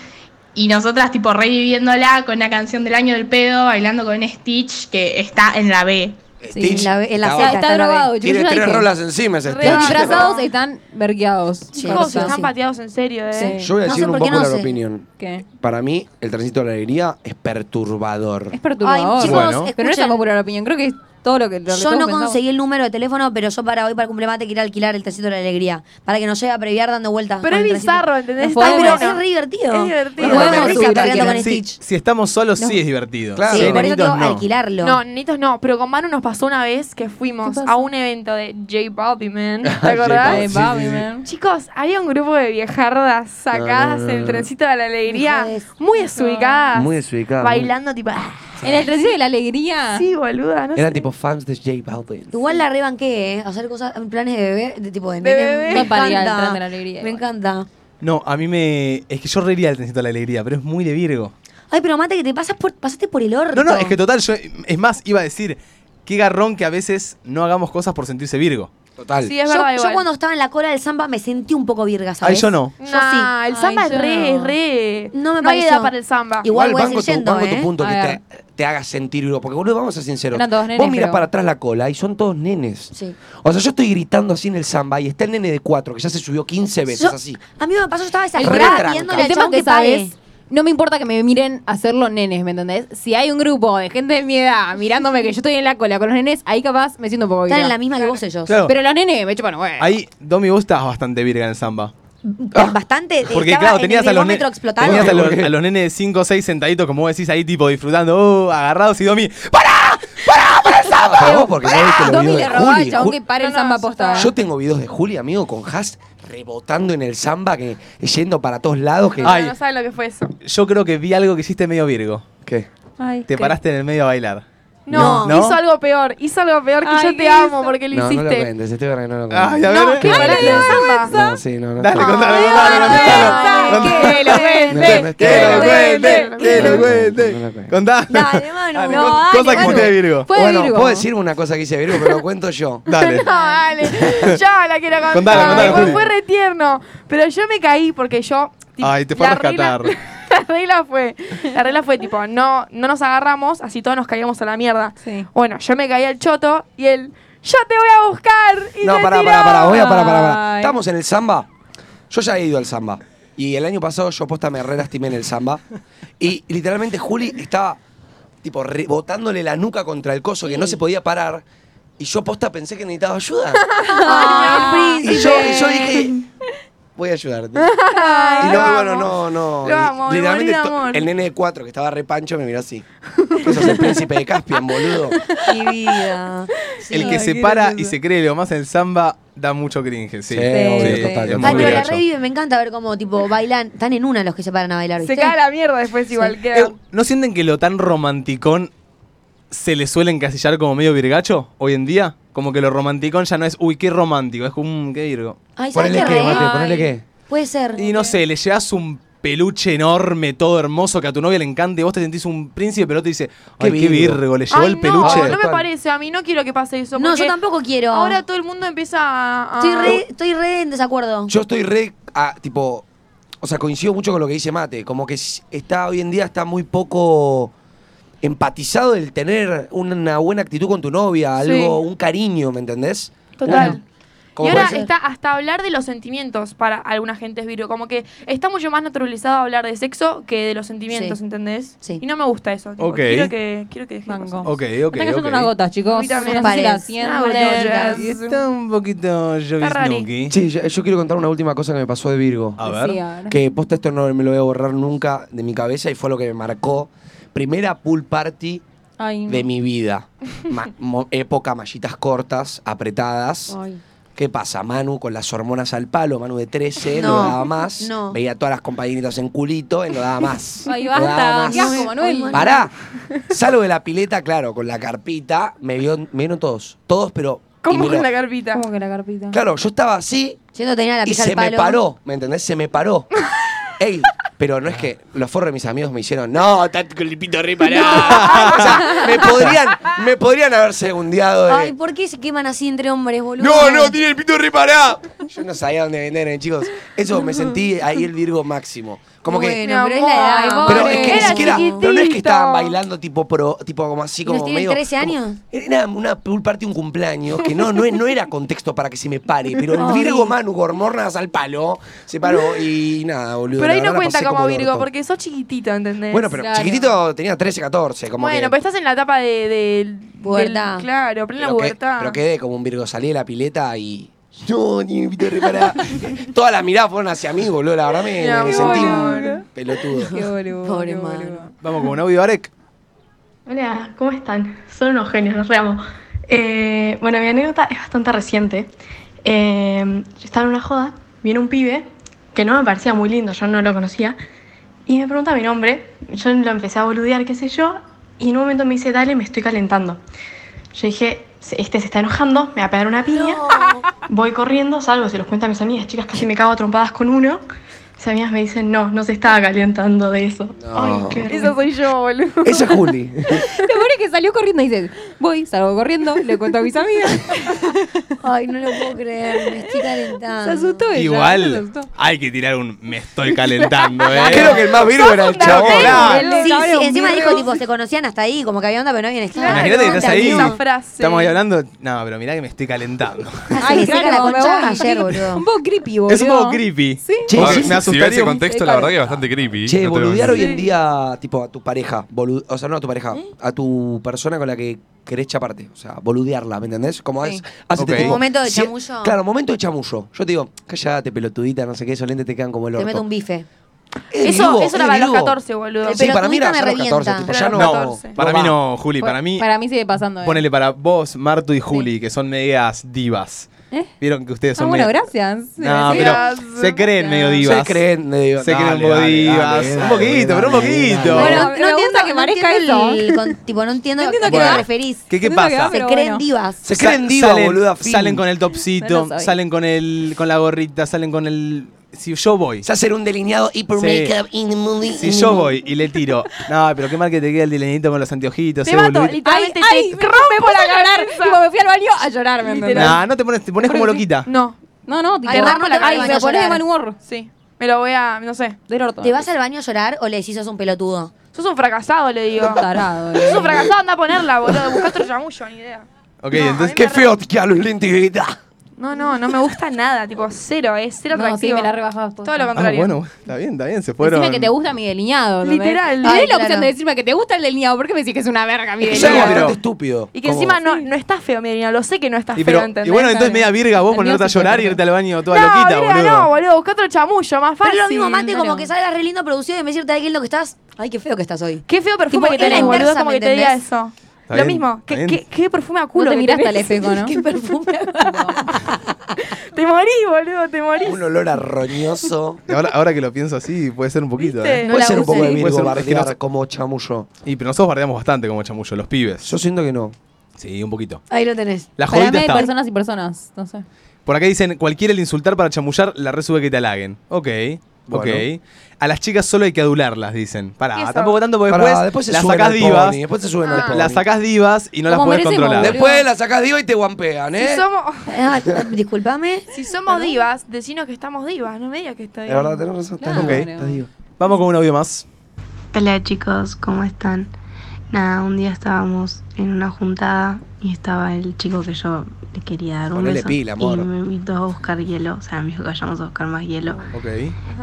S10: Y nosotras, tipo, reviviéndola con la canción del año del pedo, bailando con Stitch que está en la B.
S4: Sí, en la, en la
S5: estaba-
S4: Z,
S2: está,
S4: está en la B.
S2: drogado, chicos.
S5: Tiene
S2: yo ya
S5: tres
S2: dije.
S5: rolas encima ese
S3: Re
S2: Los
S5: Stitch.
S2: disfrazados están vergueados.
S4: Sí.
S3: Chicos,
S4: Sí.
S3: están
S4: Sí.
S3: pateados en serio, eh.
S2: Sí.
S5: Yo voy a
S4: No sé
S5: decir un
S4: por qué
S5: poco
S4: no
S5: la
S4: sé.
S5: opinión.
S2: ¿Qué?
S5: Para mí, el tránsito de la alegría es perturbador.
S2: Es perturbador.
S4: Ay, chicos,
S1: Bueno.
S2: Pero no es tan
S4: escuchen.
S2: popular opinión, creo que es todo lo que. Lo que
S4: Yo
S2: todos
S4: no
S2: pensamos.
S4: conseguí el número de teléfono, pero yo para hoy, para el cumpleaños, quiero alquilar el tecito de la alegría. Para que nos llegue a previar dando vueltas.
S3: Pero
S4: con
S3: es
S4: el tecito.
S3: bizarro, ¿entendés?
S2: Nos
S4: Ay, pero
S2: podemos-
S4: es re divertido.
S3: Es divertido.
S4: Nos podemos
S1: Bueno,
S4: ir
S2: subir
S4: carreando
S2: alquiler.
S4: con
S1: Sí,
S4: Stitch.
S1: si estamos solos, sí es divertido.
S5: Claro.
S1: Si
S4: Sí,
S1: hay
S4: por eso
S1: nenitos,
S4: quiero
S1: no.
S4: alquilarlo.
S3: No, nenitos no, pero con Manu nos pasó una vez que
S2: ¿Qué
S3: fuimos
S2: pasó?
S3: a un evento de J Balvin, man. ¿Te
S5: J
S3: acordás?
S2: Ay,
S5: Sí,
S2: papi,
S5: sí, sí.
S2: man.
S3: Chicos, había un grupo de viejardas sacadas
S5: No, no, no,
S3: del
S5: no.
S3: trencito de la alegría,
S4: Me jodés.
S3: muy desubicadas,
S5: desubicado.
S3: bailando tipo, ah,
S2: En el trencito de la alegría.
S3: sí, boluda, no
S5: Eran
S3: sé.
S5: tipo fans de J Balvin.
S4: Igual la rebanqué, ¿eh? Hacer cosas, planes de bebé, de tipo de,
S3: De
S4: nene,
S3: bebé.
S4: Me
S2: No paría el tren
S4: encanta.
S2: de la alegría
S4: Me
S2: igual.
S4: encanta.
S1: No, a mí me. Es que yo reiría el trencito de la alegría, pero es muy de Virgo.
S4: Ay, pero mate que te pasas por, pasaste por el orto.
S1: No, no, es que total, yo. Es más, iba a decir, qué garrón que a veces no hagamos cosas por sentirse Virgo.
S5: Total.
S3: Sí, es
S4: yo,
S3: verdad,
S4: yo
S3: igual.
S4: cuando estaba en la cola del samba me sentí un poco virga, ¿sabes?
S1: Ay, yo no.
S4: Yo
S3: Nah,
S4: sí.
S3: el samba
S2: Ay,
S3: es re,
S2: yo-
S3: es re.
S4: No me
S3: no hay
S4: pareció.
S3: edad para el samba.
S4: Igual voy a
S5: banco
S4: seguir
S5: tu,
S4: yendo,
S5: banco tu
S4: ¿eh?
S5: punto
S2: A
S5: que
S2: ver.
S5: te, te haga sentir virgo. Porque, boludo, vamos a ser sinceros.
S2: Eran todos
S5: Vos
S2: nenes,
S5: mirás
S2: pero-
S5: para atrás la cola y son todos nenes.
S4: Sí.
S5: O sea, yo estoy gritando así en el samba y está el nene de cuatro que ya se subió 15 veces
S4: Yo-
S5: así.
S4: A mí me pasó, yo estaba
S5: Re
S4: exagerada
S5: tranca.
S4: pidiéndole
S2: El
S4: al
S2: tema es
S4: chabón
S2: que
S4: que
S2: sabes,
S4: pague.
S2: no me importa que me miren hacerlo nenes, ¿me entendés? Si hay un grupo de gente de mi edad mirándome que yo estoy en la cola con los nenes, ahí capaz me siento un poco
S4: Están
S2: virga.
S4: en la misma que vos ellos.
S1: Claro.
S2: Pero los nenes me chupan bueno.
S1: Ahí, Domi, vos estabas bastante virga en el samba.
S4: Bastante.
S1: Porque
S4: estaba
S1: claro,
S4: en el
S1: tenías a, los ne-
S4: termómetro explotado.
S1: tenías a los,
S5: Porque-
S1: a los nenes de 5 o 6 sentaditos, como vos decís, ahí tipo disfrutando, oh, agarrados y Domi, ¡Para! ¡Para! ¡Para el samba!
S5: No, porque vos viste los
S2: Domi
S5: videos
S2: le
S5: de
S2: robaba al
S5: Juli.
S2: chabón
S5: Ju-
S2: que para el
S3: No, no,
S2: samba
S3: yo
S2: posta.
S5: Yo tengo videos de Juli, amigo, con Haas rebotando en el samba, que yendo para todos lados. Que,
S3: No,
S1: Ay.
S3: no saben lo que fue eso.
S1: Yo creo que vi algo que hiciste medio Virgo.
S5: ¿Qué?
S1: Te paraste en el medio a bailar.
S3: No,
S5: No.
S3: hizo algo peor, hizo algo peor que
S2: Ay,
S3: yo te
S2: ¿qué
S3: amo porque lo
S5: No, no lo
S3: hiciste.
S5: cuentes, estoy verdad que no lo cuentes.
S1: Ay, a ver. eh.
S3: qué
S1: Ay,
S3: mala
S1: me dio
S3: vergüenza.
S5: No, sí, no, no.
S1: Dale, contalo, contalo,
S3: vergüenza.
S1: contalo. contalo.
S3: Que lo cuente,
S5: No,
S1: Que lo
S5: no, no,
S1: cuente,
S3: no,
S1: que
S5: no,
S1: lo
S5: no, no, no,
S1: cuente.
S5: no, no.
S1: Contalo.
S4: Dale, Manu.
S1: Dale,
S4: No,
S1: co-
S4: dale,
S1: Cosa que
S4: Manu.
S1: usted, Virgo.
S2: Fue
S5: bueno,
S2: Virgo.
S5: puedo decir una cosa que hice Virgo, pero lo cuento yo.
S1: Dale.
S3: No, dale. Ya la quiero contar.
S1: Contala, contala,
S3: Fue-
S1: Juli.
S3: Fue re tierno. Pero yo me caí porque yo. tip-
S1: Ay, te fue a
S3: la regla-
S1: rescatar.
S3: La regla fue. La regla fue tipo, no, no nos agarramos, así todos nos caíamos a la mierda.
S2: Sí.
S3: Bueno, yo me caí al choto y él. Yo te voy a buscar. Y
S5: No,
S3: me
S5: pará,
S3: tiró.
S5: pará, pará, voy a pará, pará, pará.
S2: Ay.
S5: Estamos en el samba. Yo ya he ido al samba. Y el año pasado yo posta me re lastimé en el samba. Y literalmente Juli estaba tipo rebotándole la nuca contra el coso que no se podía parar. Y yo posta pensé que necesitaba ayuda.
S4: Ay,
S5: y, yo, y yo dije, voy a ayudarte.
S3: Ay,
S5: y no,
S3: lo
S5: bueno,
S3: amo.
S5: no, no.
S3: Lo amo, me
S5: literalmente
S3: morí de
S5: to-
S3: amor.
S5: el nene de cuatro que estaba re pancho me miró así. Eso es el príncipe de Caspian, boludo.
S4: Mi vida. Sí.
S1: El que
S2: Ay,
S1: se
S2: qué
S1: para y
S2: gracioso.
S1: se cree lo más en samba da mucho cringe, sí.
S5: Sí, obvio,
S1: sí,
S5: total,
S1: es
S5: total.
S1: muy
S4: Ay, pero la
S1: gacho.
S4: reviven, me encanta ver cómo tipo bailan. Están en una los que se paran a bailar.
S3: Se
S4: ¿viste?
S3: cae a la mierda después igual. queda-
S1: Eh, ¿No sienten que lo tan romanticón se le suele encasillar como medio virgacho hoy en día? Como que lo romanticón ya no es, uy, qué romántico, es como, un qué virgo.
S4: Ay, ¿sabes
S5: Ponele
S4: qué
S5: qué,
S4: re?
S5: Mate, ponele qué.
S4: Puede ser.
S1: Y no sé, le llevas un peluche enorme, todo hermoso, que a tu novia le encanta y vos te sentís un príncipe, pero te dice, ay,
S5: Qué
S1: qué
S5: virgo.
S1: virgo, le llevó
S3: Ay,
S1: el
S3: no,
S1: peluche.
S3: No, me
S5: Total.
S3: parece, a mí no quiero que pase eso.
S4: No, yo
S3: porque
S4: tampoco quiero.
S3: Ahora Ah. todo el mundo empieza a. a-
S4: estoy re, estoy re en desacuerdo.
S5: Yo estoy re, ah, tipo, o sea, coincido mucho con lo que dice Mate, como que s- está hoy en día está muy poco empatizado el tener una buena actitud con tu novia,
S3: Sí.
S5: algo, un cariño, ¿me entendés?
S3: Total.
S5: Como
S3: y ahora
S5: puede ser.
S3: está hasta hablar de los sentimientos para alguna gente es virgo. Como que está mucho más naturalizado hablar de sexo que de los sentimientos,
S4: Sí.
S3: ¿entendés?
S4: Sí.
S3: Y no me gusta eso. tipo,
S1: Ok.
S3: Quiero que, quiero que deje de
S2: Banco.
S3: pasar.
S1: Ok, ok,
S2: Están cayendo
S1: ok.
S2: unas gotas,
S3: A
S2: chicos.
S3: mí también.
S2: No sé si la
S4: Parece.
S3: Ah,
S2: sienten.
S3: bueno,
S1: Y
S3: ya.
S1: está un poquito
S3: rari.
S1: lloviznuggy.
S5: Sí, yo, yo quiero contar una última cosa que me pasó de Virgo.
S1: A ver.
S2: Sí, a ver.
S5: Que posta esto no me lo voy a borrar nunca de mi cabeza y fue lo que me marcó. Primera pool party
S2: Ay,
S5: de mi vida. Ma- mo- época, mallitas cortas, apretadas.
S4: Ay.
S5: ¿Qué pasa? Manu con las hormonas al palo, Manu de 13, no,
S4: No,
S5: daba más.
S4: no.
S5: Veía a todas las compañeritas en culito, él no daba más.
S2: Ay,
S5: no daba
S2: basta.
S5: más.
S2: Qué asco, Manuel.
S5: Pará. Salgo de la pileta, claro, con la carpita, me, vio- me vieron todos. Todos, pero. y
S3: ¿Cómo
S5: me lo-
S3: con la carpita?
S2: ¿Cómo que la carpita?
S5: Claro, yo estaba así
S4: Yendo a tener la
S5: y
S4: pija
S5: se
S4: al palo.
S5: me paró, ¿me entendés? Se me paró. Ey, pero no es que los forros de mis amigos me hicieron, no, está con el pito re parado". O sea, me podrían, me podrían haber segundeado de.
S4: Ay, ¿por qué se queman así entre hombres, boludo?
S5: eh. No, no, tiene el pito reparado. Yo no sabía dónde vender, eh, chicos. Eso me sentí ahí el Virgo máximo. Como que.
S4: Bueno, pero es la edad,
S3: Ay,
S4: pobre.
S5: Pero es que ni
S3: Era
S5: siquiera. Pero no es que
S3: chiquitito.
S5: estaban bailando tipo pro, tipo como así
S4: ¿No
S5: como
S4: tienen
S5: medio.
S4: 13
S5: como-
S4: años?
S5: era una pool party, un cumpleaños, que no, no, no era contexto para que se me pare. Pero el Virgo Manu Gormornas al palo se paró y nada, boludo.
S3: Pero ahí
S5: la
S3: no
S5: verdad la
S3: cuenta
S5: pasé
S3: como
S5: el
S3: Virgo,
S5: orto.
S3: porque sos chiquitito, ¿entendés?
S5: Bueno, pero
S2: Claro.
S5: chiquitito tenía 13, 14, como
S3: Bueno,
S5: que.
S3: pero estás en la etapa de. del-
S4: Pubertad.
S3: del- claro, plena
S5: Pero, que-
S3: pubertad.
S5: pero quedé como un Virgo, salí de la pileta y. No, ni me pito reparada. Todas las miradas fueron hacia mí, boludo. La verdad me,
S3: Ya,
S5: me sentí
S3: boludo.
S5: pelotudo.
S2: Qué boludo.
S4: Pobre
S2: qué boludo.
S4: Manu.
S1: Vamos con un audio, Arek.
S10: Hola, ¿cómo están? Son unos genios, los reamo. Eh, bueno, mi anécdota es bastante reciente. Eh, yo estaba en una joda, viene un pibe que no me parecía muy lindo, yo no lo conocía, y me pregunta mi nombre. Yo lo empecé a boludear, qué sé yo, y en un momento me dice, dale, me estoy calentando. Yo dije, "Se- este se está enojando, me va a pegar una piña. Voy corriendo, salgo, se los cuento a mis amigas, chicas, casi me cago a trompadas con uno. Mis amigas me dicen, no, no se estaba calentando de eso. Ay, qué vergüenza.
S3: Eso soy yo, boludo.
S5: Esa es Juli.
S2: Lo peor es que salió corriendo y dices, voy, salgo corriendo, le cuento a mis amigas.
S4: Ay, no lo puedo creer, me estoy calentando.
S2: Se asustó ella. se
S1: Igual
S2: asustó.
S1: hay que tirar un me estoy calentando, ¿eh?
S5: Creo que el más Virgo era el chabón.
S1: Hola.
S4: Sí, sí,
S2: Cabrón,
S4: encima dijo,
S2: Virgo.
S4: tipo, se conocían hasta ahí, como que había onda, pero no habían estado.
S1: Imagínate que estás ahí.
S3: Esa frase.
S1: Estamos ahí hablando. No, pero mirá que me estoy calentando.
S4: Ay, que saca la
S2: me
S4: concha
S2: voy.
S4: ayer, boludo.
S2: Un poco creepy, boludo.
S1: Es un poco creepy.
S2: Sí.
S5: Che,
S6: Ahora,
S5: sí,
S1: me
S6: si ves
S1: asustaría
S6: ese
S1: un-
S6: contexto, la verdad que es bastante creepy. no
S5: Che,
S6: te voy a
S5: boludear hoy
S6: mentir.
S5: en día, tipo, a tu pareja. bolu- o sea, no a tu pareja, a tu persona con la que querés chaparte. O sea, boludearla, ¿me entendés? Como
S4: Sí.
S5: haces haces
S1: Ok.
S5: tipo,
S4: Momento de
S5: si-
S4: chamullo.
S5: Claro, momento de chamullo. Yo te digo, callate, pelotudita, no sé qué, esos lentes te quedan como el
S4: Te
S5: orto.
S4: meto un bife.
S5: Es
S3: Eso,
S5: Virgo,
S3: eso
S5: es
S3: era para los
S5: Virgo.
S3: 14, boludo.
S5: Sí, para mí era
S4: pelotudita me
S5: ya los 14,
S4: revienta.
S5: tipo, ya no.
S3: Pero los 14.
S1: Para
S5: va.
S1: mí no, Juli, para mí.
S2: Para mí sigue pasando. eh.
S1: Ponele para vos, Martu y Juli, que son medias divas. Vieron que ustedes
S2: Ah,
S1: son
S2: bueno,
S1: medio-
S2: gracias.
S1: No, pero se creen medio divas.
S5: Se creen medio divas.
S1: Se creen un
S5: Dale,
S1: poco
S5: dale,
S1: divas.
S5: dale,
S1: un
S5: dale,
S1: poquito, pero un
S5: dale,
S1: poquito.
S5: dale.
S2: Bueno,
S4: Bueno, no
S2: me
S4: entiendo
S2: gusta
S4: que
S2: que
S4: parezca
S2: parezca
S4: eso.
S2: eso.
S4: tipo, no entiendo,
S2: No entiendo
S4: a
S2: a
S4: qué
S2: qué
S4: te
S2: va.
S4: referís.
S1: ¿Qué, qué
S2: Entiendo que
S1: pasa?
S2: va,
S4: Se
S2: pero
S4: creen
S2: bueno.
S4: divas.
S5: Se creen
S1: Sa-
S5: divas,
S1: salen,
S5: boluda, fin.
S1: Salen con el topsito,
S2: No lo sabía.
S1: salen con el con la gorrita, salen con el. Si yo voy.
S5: Se hacen un delineado hiper
S1: Sí.
S5: makeup in the movie.
S1: Si yo voy y le tiro. No, pero qué mal que te queda el delineadito con los anteojitos.
S3: Te
S1: eh,
S3: mato,
S1: boludito.
S2: Ay,
S3: literalmente
S2: ay,
S3: te
S2: me rompe por
S3: la
S2: a llorar.
S3: cabeza.
S2: Tipo, me fui al baño a llorar, ¿me entendés?
S1: Nah, no te pones, te pones como loquita.
S3: No,
S2: No, no, tipo,
S4: Te rompo la
S2: ay,
S4: cabeza
S2: me
S4: a
S2: pones de
S4: llorar.
S2: mal humor.
S3: sí. Me lo voy a. No sé.
S2: Del orto.
S4: ¿Te vas al baño a llorar o le decís sos un pelotudo?
S3: Sos un fracasado, le digo.
S2: Tarado, eh.
S3: Sos un fracasado, anda a ponerla, boludo. Buscá otro chamullo, ni idea.
S1: Ok,
S3: No,
S1: entonces.
S3: a mí
S5: Qué feo te quedan los lentivitas.
S3: No, no, no me gusta nada. Tipo, cero, es cero
S2: No, sí,
S3: atractivo.
S2: me la rebajás.
S3: Todo lo
S1: Ah,
S3: contrario.
S1: bueno, está bien, está bien. Se fueron.
S2: Decime que te gusta mi delineado. ¿entendés?
S3: Literal.
S2: Tenés
S4: Ay,
S2: la
S4: claro.
S2: opción de decirme que te gusta el delineado. ¿Por qué me decís que es una verga mi
S5: Es que
S1: Sí,
S5: es algo
S1: pero-
S2: delineado?
S5: bastante estúpido.
S3: Y que
S5: Como-
S3: encima no, no está feo, Mirina. Lo sé que no está
S1: y,
S3: feo,
S1: pero-
S3: ¿entendés?
S1: y bueno, entonces media virga vos
S2: El mío
S1: ponerte a
S2: sí fue
S1: llorar y
S2: feo.
S1: irte al baño toda
S3: no,
S1: loquita,
S3: Mirina,
S1: boludo.
S3: no, boludo. Buscá otro chamullo, más
S4: Pero
S3: fácil.
S4: es lo mismo, Mate, como
S2: claro.
S4: que salgas re lindo producido y me decís, ay, qué lindo que estás. Ay, qué feo que estás hoy.
S3: Qué feo perfume
S4: Tipo,
S3: que
S4: es la
S3: tenés, boludo.
S4: inversa,
S3: Como
S4: ¿me
S3: que te diga
S4: entendés?
S3: eso.
S1: Está
S3: Lo
S1: bien,
S3: mismo.
S1: está
S3: ¿Qué,
S1: bien.
S3: qué, qué perfume a
S2: No
S3: culo
S2: te
S3: que
S2: miraste al
S3: tenés.
S2: espejo, ¿no?
S4: Qué perfume.
S3: Te morís, boludo, te morís.
S5: Un olor a roñoso.
S1: Y Ahora, ahora que lo pienso así, puede ser un poquito.
S3: ¿Viste?
S1: ¿eh?
S3: No
S5: Puede
S3: la
S5: ser un poco
S1: usé.
S5: de
S1: Puede
S5: Virgo
S1: ser- es que
S5: bardear
S1: no-
S5: como chamullo.
S1: Y pero nosotros bardeamos bastante como chamullo, los pibes.
S5: Yo siento que no.
S1: Sí, un poquito.
S4: Ahí lo tenés.
S1: La
S2: Para
S1: jodita
S2: mí hay
S1: está.
S2: personas y personas. No sé.
S1: Por acá dicen, cualquiera el insultar para chamullar, la re sube que te halaguen. Ok,
S5: Bueno.
S1: ok. A las chicas solo hay que adularlas, dicen.
S3: ¿Y
S1: Pará,
S3: eso?
S1: tampoco tanto porque
S5: Pará,
S1: después,
S5: se
S1: las
S5: suben
S1: sacás
S5: al
S1: divas.
S5: pony, Después se suben
S4: Ah.
S5: al pony.
S1: Las sacás divas y no las
S2: Ah. Como
S1: podés
S2: merecemos,
S1: controlar.
S2: boludo.
S5: Después las sacás divas y te guampean,
S3: Si
S5: ¿eh?
S3: somos,
S4: Ah, Disculpame.
S3: si somos divas, decinos que estamos divas. No me digas que está
S5: Es
S3: bien.
S5: verdad, tenés razón.
S2: Claro.
S1: Ok.
S5: Estás diva.
S1: Vamos con un audio más.
S11: Hola chicos, ¿cómo están? Nada, un día estábamos en una juntada y estaba el chico que yo le quería dar un
S5: Ponele
S11: beso
S5: pila, amor.
S11: y me invitó a buscar hielo, o sea, me dijo que vayamos a buscar más hielo
S1: Ok.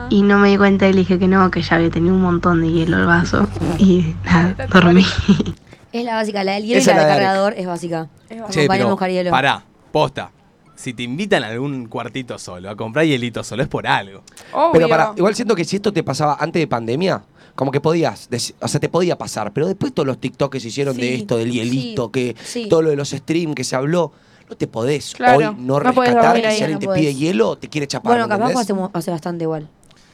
S11: y no me di cuenta y le dije que no, que ya había tenido un montón de hielo el vaso y nada, dormí.
S4: Es la básica, la del hielo y
S5: Esa
S4: la
S5: es la
S4: del
S5: de Arek.
S4: cargador es básica.
S1: Che,
S4: Acompañame a
S1: pero
S4: buscar hielo.
S1: pará, posta. Si te invitan a algún cuartito solo, a comprar hielito solo, es por algo.
S3: Obvio.
S5: Pero para, igual siento que si esto te pasaba antes de pandemia, como que podías, deci- o sea, te podía pasar, pero después todos los TikTok que se hicieron de
S4: Sí,
S5: esto, del
S4: sí,
S5: hielito, que
S4: sí.
S5: todo lo de los streams que se habló, no te podés
S3: Claro,
S5: hoy no,
S3: no podés
S5: rescatar
S4: dormir
S5: que
S4: ahí,
S5: si alguien
S4: no
S5: te
S4: podés.
S5: pide hielo, te quiere chapar.
S4: Bueno,
S5: ¿me
S4: capaz
S5: entendés?
S4: hace, mu- hace bastante igual.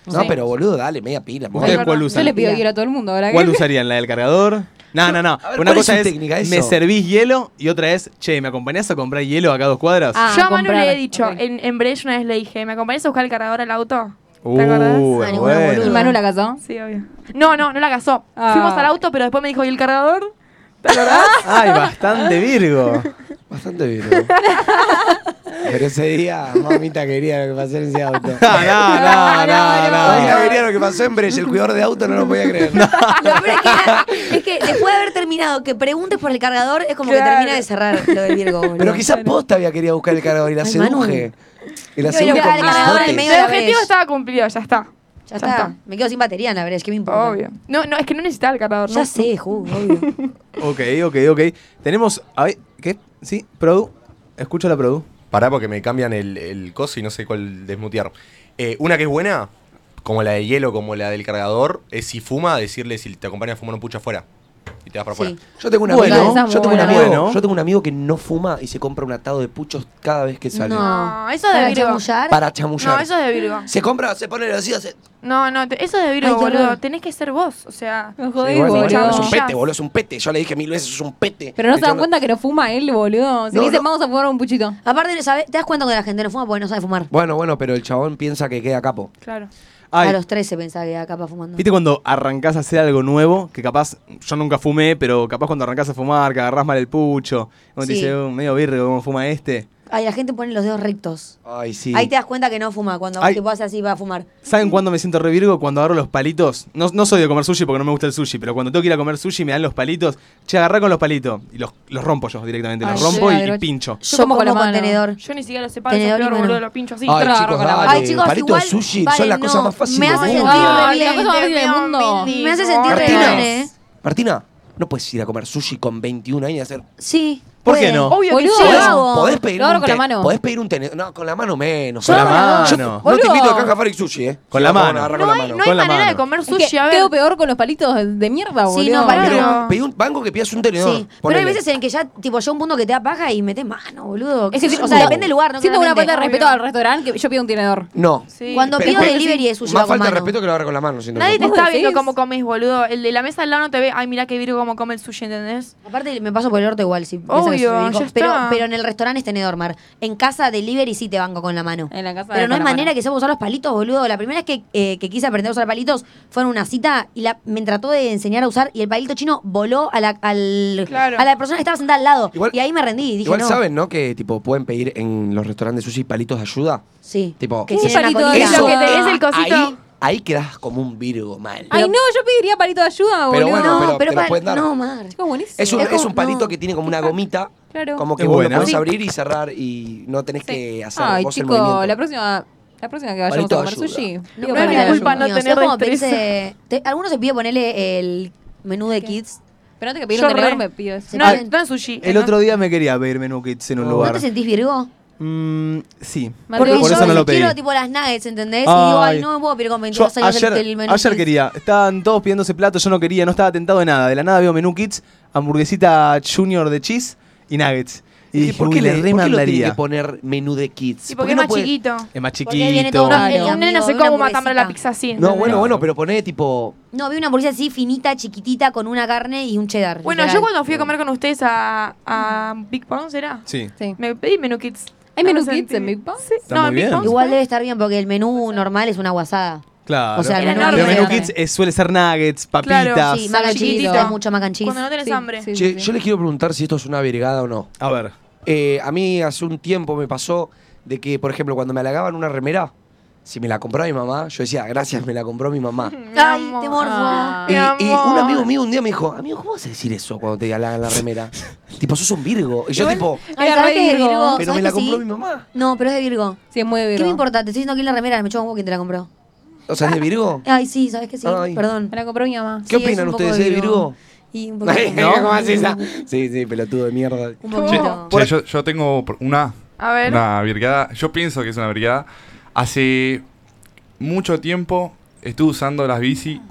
S5: No,
S3: Sí.
S5: pero boludo, dale, media pila. amor.
S1: ¿Ustedes
S3: verdad.
S1: cuál
S2: Yo
S1: usan?
S2: le pido hielo a todo el mundo, ¿verdad?
S1: ¿Cuál
S2: que-
S1: usarían? ¿La del cargador? No, no, no.
S5: A ver,
S1: Una
S5: ¿cuál es
S1: cosa
S5: su
S1: es,
S5: técnica, eso?
S1: me servís hielo y otra es, che, ¿me acompañás a comprar hielo acá a dos cuadras?
S2: Ah,
S3: Yo a Manu
S2: comprar.
S3: le he dicho,
S2: Ok.
S3: en, en Brecht una vez le dije, ¿me acompañas a buscar el cargador al auto?
S1: Uh, es
S3: acordás?
S4: Ah, ninguno,
S1: bueno.
S2: ¿Y Manu la casó?
S3: Sí, obvio. No, no, no la casó.
S2: Ah.
S3: Fuimos al auto, pero después me dijo, ¿y el cargador? ¿Te acordás?
S1: Ay, bastante Virgo.
S5: Bastante bien. ¿no? pero ese día, mamita quería lo que pasó en ese auto.
S1: Ah, No, no, no, no.
S5: Mamita quería lo que pasó en Brecht, el cuidador de auto no lo podía creer.
S4: Lo peor Ah, es que, era- es que después de haber terminado, que preguntes por el cargador, es como que
S3: Claro.
S4: termina de cerrar lo del Virgo, boludo.
S5: Pero quizás posta había querido buscar el cargador y la
S4: Ay, Manu.
S5: seduje. Y la
S4: Yo
S5: seduje
S4: iba a
S5: con
S4: buscar el cargador en
S5: bigotes.
S4: medio de
S3: El
S4: la
S3: objetivo
S4: Brecht.
S3: estaba cumplido, ya está.
S4: Ya está. Me quedo sin batería en la verdad, es que me importa.
S3: Obvio. No, no, es que no necesitaba el cargador.
S4: Ya
S3: no.
S4: sé, Ju, obvio.
S1: Ok, ok, ok. Tenemos. A ver, ¿Qué? ¿Sí? ¿Produ? Escucho la Produ.
S7: Pará porque me cambian el, el coso y no sé cuál desmutear. Eh, una que es buena, como la de hielo, como la del cargador, es si fuma, decirle si te acompaña a fumar un pucho afuera. Y te vas para
S4: Sí.
S7: afuera.
S5: Yo tengo un
S1: Bueno,
S5: amigo,
S2: esa es
S5: yo tengo un
S2: buena.
S5: amigo,
S1: Bueno.
S5: yo tengo un amigo que no fuma y se compra un atado de puchos cada vez que sale.
S4: No.
S3: No, eso es de
S4: Para
S3: Virgo.
S4: chamullar.
S5: Para chamullar.
S3: No, eso es de Virgo.
S5: Se compra, se pone los hijos.
S3: No, no, te- eso es de Virgo,
S4: Ay, qué
S3: boludo.
S4: horror.
S3: Tenés que ser vos, o sea...
S2: No jodés,
S3: bueno,
S2: boludo.
S5: es un
S3: Ya.
S5: pete, boludo, es un pete. Yo le dije mil veces, es un pete.
S2: Pero no se
S5: Yo
S2: dan cuenta que no fuma él, boludo. Si
S5: No,
S2: le dicen,
S5: no.
S2: vamos a fumar un puchito.
S4: Aparte, ¿sabes? te das cuenta que la gente no fuma porque no sabe fumar.
S5: Bueno, bueno, pero el chabón piensa que queda capo.
S3: Claro.
S4: A
S1: Ay,
S4: los 13 pensaba que era capaz fumando.
S1: ¿Viste cuando arrancás a hacer algo nuevo? Que capaz, yo nunca fumé, pero capaz cuando arrancás a fumar, que agarrás mal el pucho, uno te
S4: Sí.
S1: dice, "Oh, medio virgo, ¿cómo fuma este?
S4: Ay, la gente pone los dedos rectos.
S5: Ay, sí.
S4: Ahí te das cuenta que no fuma. Cuando
S1: Ay.
S4: tipo hace así, va a fumar.
S1: ¿Saben cuándo me siento re virgo? Cuando agarro los palitos. No, no soy de comer sushi porque no me gusta el sushi, pero cuando tengo que ir a comer sushi y me dan los palitos, che, agarrá con los palitos. Y los, los rompo yo directamente, los
S2: Ay,
S1: rompo
S2: sí,
S1: y- y,
S2: Adro.
S1: pincho.
S4: Yo,
S2: como
S4: como
S2: con la
S4: con
S2: mano.
S4: tenedor.
S3: Yo ni siquiera lo separo, es
S4: Tenedor y
S3: peor,
S4: mano.
S3: boludo, lo pincho así.
S5: Ay,
S2: Pero
S5: chicos,
S2: agarro con la
S5: dale.
S2: mano.
S4: Ay, chicos,
S5: Palito
S4: igual,
S5: de sushi son
S4: vale,
S5: las cosas
S4: no.
S5: más fáciles
S4: Me
S5: del
S4: hace
S5: mundo.
S4: sentir re
S2: Ay, la
S4: bien.
S2: cosa más horrible del mundo.
S4: Me hace sentir re
S5: Martina.
S4: bien, eh.
S5: Martina, no puedes ir a comer sushi con 21 años y hacer.
S4: Sí.
S1: ¿Por qué no?
S2: Obvio que
S5: Podés-
S2: sí, lo hago.
S5: Podés pedir
S2: Lo hago
S5: un
S2: con la
S5: te-
S2: mano.
S5: Podés pedir un tenedor. No, con la mano menos.
S1: Yo Con la hago. mano.
S5: No te
S2: Boludo.
S5: invito a Caja Farik Sushi, ¿eh?
S1: Con la
S5: Vamos a
S1: mano.
S5: agarrar con la mano. Con la mano.
S2: comer sushi. quedo peor con los palitos de- de mierda, boludo.
S4: Sí, no, para
S5: Pero
S4: no.
S5: pedí un banco que pidas un tenedor.
S4: Sí, pero hay
S5: Ponele.
S4: veces en que ya, tipo, llega un punto que te da paja y metes mano, boludo.
S2: Es que
S4: o
S2: siento-
S4: sea, depende del lugar, ¿no?
S2: Siento una falta
S4: Claramente.
S2: de respeto al restaurante que yo pido un tenedor.
S5: No.
S4: Cuando
S5: Pe-
S4: pido
S5: pe-
S4: delivery de sushi,
S5: Más
S4: va con
S5: falta de
S4: mano.
S5: respeto que lo agarre con la mano. siento
S3: Nadie
S5: yo.
S3: te está viendo
S4: decís?
S3: cómo comes, boludo. El de la mesa al lado no te ve. Ay, mirá que virgo cómo come el sushi, ¿entendés?
S4: Aparte, me paso por el orto igual. Si
S3: Obvio,
S4: piensan que soy
S3: ya
S4: virgo.
S3: está.
S4: pero, pero en el restaurante es tenedor, Mar. En casa, delivery sí te banco con la mano.
S2: En la casa
S4: Pero
S2: de-
S4: no
S2: con
S4: es
S2: la
S4: manera
S2: mano.
S4: que sepa usar los palitos, boludo. La primera vez que, eh, que quise aprender a usar palitos fue en una cita y la, me trató de enseñar a usar y el palito chino voló a la, al-
S3: Claro.
S4: a la persona que estaba sentada al lado.
S5: Igual-
S4: y ahí me rendí. y Dije,
S5: Igual
S4: no.
S5: saben, ¿no? Que tipo pueden pedir en los restaurantes sushi palitos de ayuda.
S4: Sí.
S5: Tipo,
S4: Que tiene una
S2: palito
S4: colita.
S2: de
S5: eso,
S2: ayuda?
S5: eh,
S2: Es el cosito.
S5: Ahí, ahí quedás como un virgo mal.
S2: Ay, no, yo pediría palito de ayuda, boludo.
S5: Pero bueno, pero-
S4: No, pero
S5: te lo
S4: pa-
S5: pueden dar.
S4: No, Mar.
S2: Chicos, buenísimo.
S5: Es un,
S4: Es
S5: es
S4: como-
S5: un palito
S4: no.
S5: que tiene como una gomita.
S2: Claro.
S5: Como que
S1: Es
S5: vos
S1: buena.
S5: lo podés
S1: Sí.
S5: abrir y cerrar y no tenés que hacer
S2: Ay,
S5: vos el
S2: chico,
S5: movimiento.
S2: la próxima, la próxima que vayamos
S5: Palito
S2: a comer
S5: ayuda.
S2: sushi.
S4: No,
S2: pido
S3: no es
S2: palito
S3: mi
S2: de
S3: culpa
S2: ayuda.
S3: no tener
S4: Algunos
S3: destreza.
S4: se pide ponerle el menú de kids.
S2: Pero antes que pedir
S3: Yo
S2: un tenedor
S3: re.
S2: me pido eso.
S4: Se
S3: No,
S4: piden-
S3: no es sushi.
S1: El otro día me quería pedir menú kits en un
S4: ¿No
S1: lugar.
S4: te sentís virgo?
S1: Mm, sí.
S2: Porque
S1: por
S4: yo
S1: eso no lo pedí.
S4: quiero tipo las nuggets, ¿entendés? Y digo, ay,
S1: Ay.
S4: no puedo pedir con
S1: Yo
S4: 22 años
S1: ayer,
S4: el, el menú.
S1: ayer
S4: kids.
S1: quería, estaban todos pidiendo ese plato, yo no quería, no estaba tentado de nada. De la nada veo menú kits, hamburguesita junior de cheese y nuggets. Y,
S5: Y
S1: dije,
S5: ¿Por qué
S1: "Uy, le
S5: le, ¿por qué lo tiene
S1: remandaría.
S5: que poner menú de kids?
S3: Y
S5: ¿Por
S3: porque
S5: qué
S3: es
S5: no
S3: más
S5: puede-
S3: chiquito.
S1: Es más chiquito.
S4: Porque viene todo una-
S3: No,
S4: Claro.
S3: un nene no sé
S4: Una
S3: cómo
S4: hamburguesita.
S3: matarme la pizza así.
S5: No,
S3: ¿entendés?
S5: bueno, bueno, pero poné tipo.
S4: No, vi una hamburguesa así finita, chiquitita, con una carne y un cheddar.
S3: Bueno,
S4: literal.
S3: yo cuando fui a comer con ustedes a, a Big Pong, ¿será?
S1: Sí.
S2: Sí.
S3: Me pedí menú kits.
S2: ¿Hay
S3: No
S2: menú
S3: me
S2: kits
S3: sentí-
S2: en Big Pong?
S3: Sí.
S1: Está
S3: no,
S1: muy
S3: en
S1: bien.
S3: Big Pong.
S4: Igual debe estar bien porque el menú normal es una guasada.
S1: Claro.
S4: O sea,
S1: pero
S4: menú
S3: enorme.
S1: menú
S3: grande.
S1: kits es- suele ser nuggets, papitas.
S3: Claro,
S6: Ah,
S4: Sí, mac and cheese,
S3: chiquitito.
S4: hay mucho mac and cheese.
S3: Cuando no tenés
S2: Sí,
S3: hambre.
S2: sí, sí,
S5: Che,
S2: sí.
S5: yo les quiero preguntar si esto es una vergada o no.
S1: A ver.
S5: Eh, a mí hace un tiempo me pasó de que, por ejemplo, cuando me halagaban una remera, si me la compraba mi mamá, yo decía, gracias, me la compró mi mamá.
S3: Mi
S4: Ay,
S3: amor.
S4: te morfo.
S2: Ah.
S5: Y,
S3: Mi
S5: y un
S3: amor.
S5: amigo mío un día me dijo, amigo, ¿cómo vas a decir eso cuando te halagan la remera? tipo, sos un virgo. Y yo tipo,
S4: Ay,
S2: Era
S4: ¿sabés
S2: re
S4: que es de
S2: virgo.
S4: Virgo?
S5: pero
S4: ¿Sabés
S5: me la
S4: que sí?
S5: compró mi mamá.
S4: No, pero es de Virgo.
S2: Sí, es muy de
S4: ¿Qué
S2: Virgo.
S4: me importa? Te estoy diciendo quién la remera, me echó un huevo quién te la compró.
S5: O sea, ¿es de virgo?
S4: Ay, sí, sabes que sí.
S5: Ay.
S4: Perdón.
S2: Me la compró mi mamá.
S5: ¿Qué
S4: Sí,
S5: opinan
S4: es un poco
S5: ustedes? ¿Es de virgo?
S4: Y un poquito.
S5: ¿No? ¿Cómo haces esa? Sí, sí, pelotudo de mierda.
S4: Un
S6: Che,
S4: poquito.
S6: che, yo, yo tengo por- una,
S3: A ver.
S6: una virgada. Yo pienso que es una virgada. Hace mucho tiempo estuve usando las bici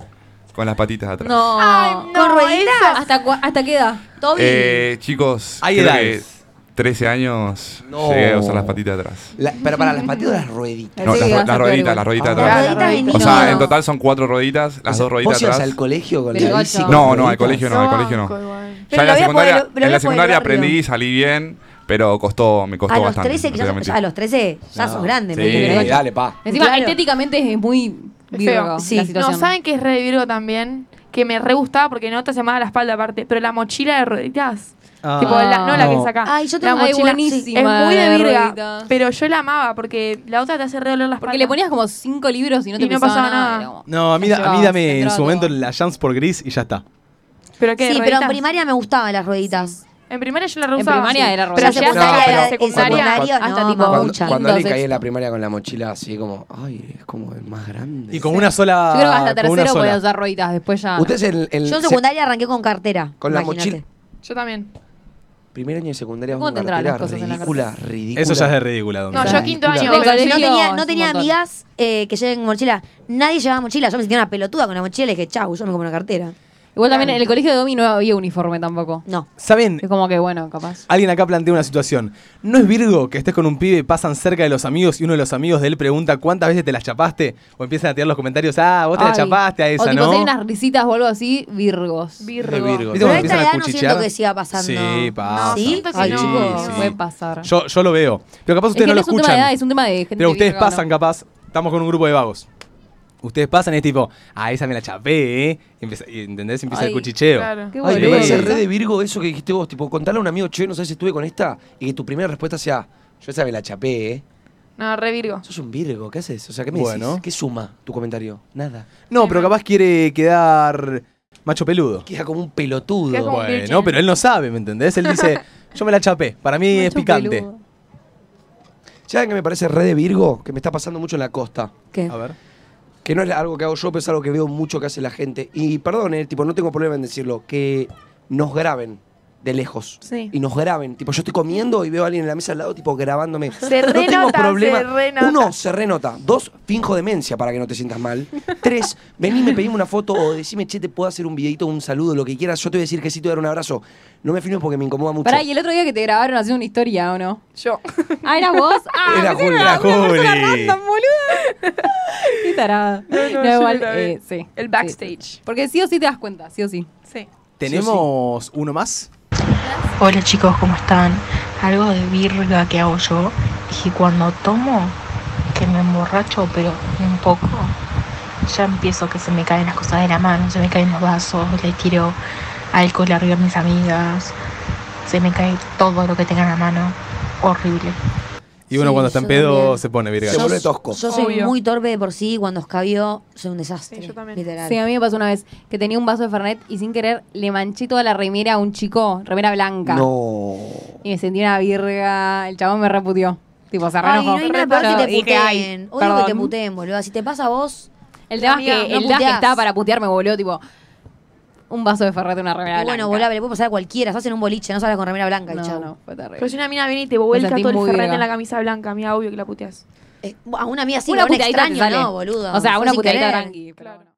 S6: con las patitas atrás.
S2: No.
S3: Ay, no,
S4: ¿Con rueditas?
S3: esas-
S2: ¿Hasta, cua- ¿Hasta qué edad?
S4: Toby.
S6: Eh, chicos,
S1: Hay
S6: creo
S1: edades.
S6: que 13 años
S5: No.
S6: llegué a usar las patitas atrás.
S5: La- pero para las patitas o las rueditas.
S6: No,
S2: Sí,
S6: las,
S2: vas a
S6: ru- las
S2: actuar
S6: rueditas,
S2: igual.
S6: las rueditas
S5: Ah,
S6: atrás.
S4: las rueditas de
S6: O sea,
S4: niño.
S6: en total son cuatro rueditas, las
S5: O sea,
S6: dos rueditas
S5: ¿Vos ibas
S6: atrás.
S5: al colegio con
S2: Pero
S5: la bici?
S2: ocho.
S5: con
S6: No, no,
S5: rueditas?
S6: al colegio no, al
S3: Yo
S6: colegio no.
S3: banco igual.
S6: Ya
S4: Pero
S6: en
S4: lo
S6: la
S4: voy a
S6: secundaria, en
S4: poder- pero lo voy a
S6: la
S4: poder
S6: secundaria
S4: barrio.
S6: aprendí y salí bien, pero costó, me costó
S4: A los
S6: bastante.
S4: 13, que
S6: no te
S4: ya,
S6: voy a
S4: ya a
S6: mentir.
S4: los 13 ya
S5: No.
S4: sos grande.
S6: Sí.
S4: me entiendes?
S5: Eh, dale, pa.
S2: Encima,
S4: Claro.
S2: estéticamente es muy
S3: Es
S2: Virgo
S3: feo.
S2: la
S4: Sí.
S2: situación.
S3: No, ¿saben que es re de Virgo también? Que me re gustaba porque no te hace mal a la espalda aparte, pero la mochila de rueditas.
S1: Ah.
S3: Tipo, la- no, la que
S1: No.
S3: es acá.
S4: Ay, yo
S3: la
S4: tengo-
S2: Ay,
S3: mochila
S2: buenísima
S3: Es muy
S2: la
S3: de
S2: de
S3: virga,
S2: rueditas.
S3: pero yo la amaba porque la otra te hace re doler la espalda.
S2: Porque le ponías como cinco libros y no te
S3: Y no
S2: pasaba
S3: pasaba
S2: nada.
S3: nada.
S2: era como-
S1: No, a mí,
S2: Te
S1: da- a mí
S2: llevabas, te
S1: dame en
S2: entraba
S1: su momento
S2: todo.
S1: la chance por gris y ya está.
S3: ¿Pero qué?
S4: Sí, pero en
S3: ¿Rueditas?
S4: primaria me gustaban las rueditas.
S3: En primaria yo la re
S2: En
S3: usaba.
S2: primaria
S3: Sí.
S2: era
S3: Pero
S2: rueditas.
S3: ya
S5: No,
S3: hasta que
S5: pero
S3: la
S5: en
S3: secundaria.
S5: secundaria
S3: hasta
S4: no,
S3: tipo
S4: mamá.
S5: Cuando,
S4: mucha.
S5: cuando Ale
S2: Entonces-
S5: caí en la primaria con la mochila así como, ay, es como el más grande.
S1: Y con una sola.
S2: Yo creo que hasta
S1: con ah, una
S2: tercero
S1: sola.
S2: podías usar rueditas, después ya.
S5: Ustedes en, en-
S4: Yo en
S5: se-
S4: secundaria arranqué con cartera.
S5: Con la
S4: imagínate.
S5: mochila.
S3: Yo también.
S5: Primer año de secundaria
S2: ¿Cómo
S5: con
S2: tendrán
S5: cartera
S2: las cosas en la
S5: ridícula, ridícula.
S1: Eso ya es de ridícula. Domi.
S3: No, yo
S5: Claro.
S3: quinto
S5: Claro.
S3: año.
S2: De
S3: pero-
S2: colegio.
S4: No
S2: Tío,
S4: tenía,
S2: es
S4: no
S2: un
S4: tenía
S2: montón.
S4: amigas eh, que lleven mochila. Nadie llevaba mochila. Yo me sentía una pelotuda con la mochila y le dije, chau, yo me como una cartera.
S2: Igual también en el colegio de Domi no había uniforme tampoco.
S4: No.
S1: ¿Saben?
S2: Es como que, bueno, capaz.
S1: Alguien acá plantea una situación. ¿No es Virgo que estés con un pibe, pasan cerca de los amigos y uno de los amigos de él pregunta cuántas veces te la chapaste? O empiezan a tirar los comentarios, ah, vos te la
S2: Ay.
S1: chapaste a
S2: o
S1: esa,
S2: tipo,
S1: ¿no?
S2: si hay unas risitas o algo así, virgos.
S3: Virgo.
S5: Virgo.
S1: ¿Viste cuando
S4: Pero a
S1: empiezan
S4: esta
S1: a
S4: edad no siento
S1: cuchichear?
S4: que siga pasando.
S1: Sí, pasa.
S4: ¿Sí?
S3: siento que
S4: Ay,
S3: no.
S4: chicos.
S1: Sí.
S2: Puede pasar.
S1: Yo, yo lo veo. Pero capaz ustedes
S2: es que
S1: no lo
S2: es un tema
S1: escuchan.
S2: de edad, es un tema de gente
S1: pero ustedes
S2: virgo, ¿no?
S1: pasan, capaz. Estamos con un grupo de vagos. Ustedes pasan y es tipo, ah, esa me la chapé, ¿eh? Y empieza- y, ¿Entendés? Empieza
S2: Ay,
S1: el cuchicheo.
S3: Claro.
S2: Qué
S5: Ay,
S1: Sí.
S5: me parece
S2: boludo.
S5: re de Virgo eso que dijiste vos, tipo, contarle a un amigo, che, no sé si estuve con esta, y que tu primera respuesta sea, yo esa me la chapé, ¿eh?
S3: No, re Virgo.
S5: Sos un Virgo, ¿qué haces? O sea, ¿qué me
S1: Bueno.
S5: decís? ¿Qué suma tu comentario? Nada.
S1: No, pero capaz quiere quedar macho peludo.
S5: Queda como un pelotudo.
S3: Queda como- un
S1: Bueno,
S3: virgen.
S1: pero él no sabe, ¿me entendés? Él dice, yo me la chapé. Para mí es picante.
S5: ¿Saben que me parece re de Virgo? Que me está pasando mucho en la costa.
S4: ¿Qué?
S1: A ver.
S5: Que no es algo que hago yo, pero es algo que veo mucho que hace la gente. Y perdón, eh, tipo, no tengo problema en decirlo, que nos graben. de lejos.
S3: Sí.
S5: Y nos graben. Tipo, yo estoy comiendo y veo a alguien en la mesa al lado, tipo, grabándome.
S3: Se
S5: no tengo
S3: renota,
S5: problema.
S3: se renota.
S5: Uno, se renota. Dos, finjo demencia para que no te sientas mal. Tres, vení, me pedime una foto o decime, che, te puedo hacer un videito, un saludo, lo que quieras. Yo te voy a decir que sí, te voy a dar un abrazo. No me filmes porque me incomoda mucho.
S2: Pará, y el otro día que te grabaron haciendo una historia, ¿o no?
S3: Yo.
S2: Ah, ¿eras vos? Ah,
S5: Era
S2: pensé que
S5: Juli,
S2: una-
S5: era
S2: una persona
S5: Juli.
S2: random, boluda. Qué tarada.
S3: No, no, yo
S2: igual,
S3: lo grabé.
S2: eh, sí.
S3: El backstage.
S2: Porque sí o sí te das cuenta, sí o sí.
S3: Sí.
S1: ¿Tenemos uno más?
S10: Hola chicos, ¿cómo están? Algo de virga que hago yo es que cuando tomo, que me emborracho, pero un poco, ya empiezo que se me caen las cosas de la mano, se me caen los vasos, le tiro alcohol arriba a mis amigas, se me cae todo lo que tenga en la mano. Horrible.
S1: Y uno
S4: Sí,
S1: cuando está en
S4: yo
S1: pedo
S4: también.
S1: se pone, Virga.
S5: Se vuelve tosco.
S4: Yo soy
S3: Obvio.
S4: muy torpe de por sí, cuando escabio soy un desastre.
S3: Sí, yo también.
S4: Literal.
S2: Sí, a mí me pasó una vez que tenía un vaso de Fernet y sin querer le manché toda la remera a un chico, remera blanca.
S5: No.
S2: Y me sentí una virga. El chabón me reputió. Tipo, se
S4: Ay, no hay
S2: reenojó.
S4: nada peor que te
S2: Yo dije, "Ay,
S4: puteen. Odio que te
S2: perdón".
S4: puteen, boludo. Si te pasa a vos,
S2: El tema
S4: Amiga,
S2: es que
S4: no
S2: el día que
S4: puteás.
S2: estaba para putear me volvió, tipo, un vaso de Fernet y una remera
S4: y bueno,
S2: blanca.
S4: boludo, le puede pasar a cualquiera. Estás en un boliche, no salgas con remera blanca y
S2: No,
S4: chau.
S2: no, fue terrible.
S3: Pero si una mina viene y te vuelca
S2: sentí
S3: todo el
S2: muy
S3: ferrete
S2: verga.
S3: en la camisa blanca, mía, obvio que la puteas.
S4: Eh, a una amiga sí,
S2: una
S4: a un
S2: puteadita te
S4: extraño
S2: sale.
S4: no, boludo.
S2: O sea,
S4: Fue
S2: una
S4: sin
S2: puteadita
S4: querer.
S2: tranqui. pero bueno.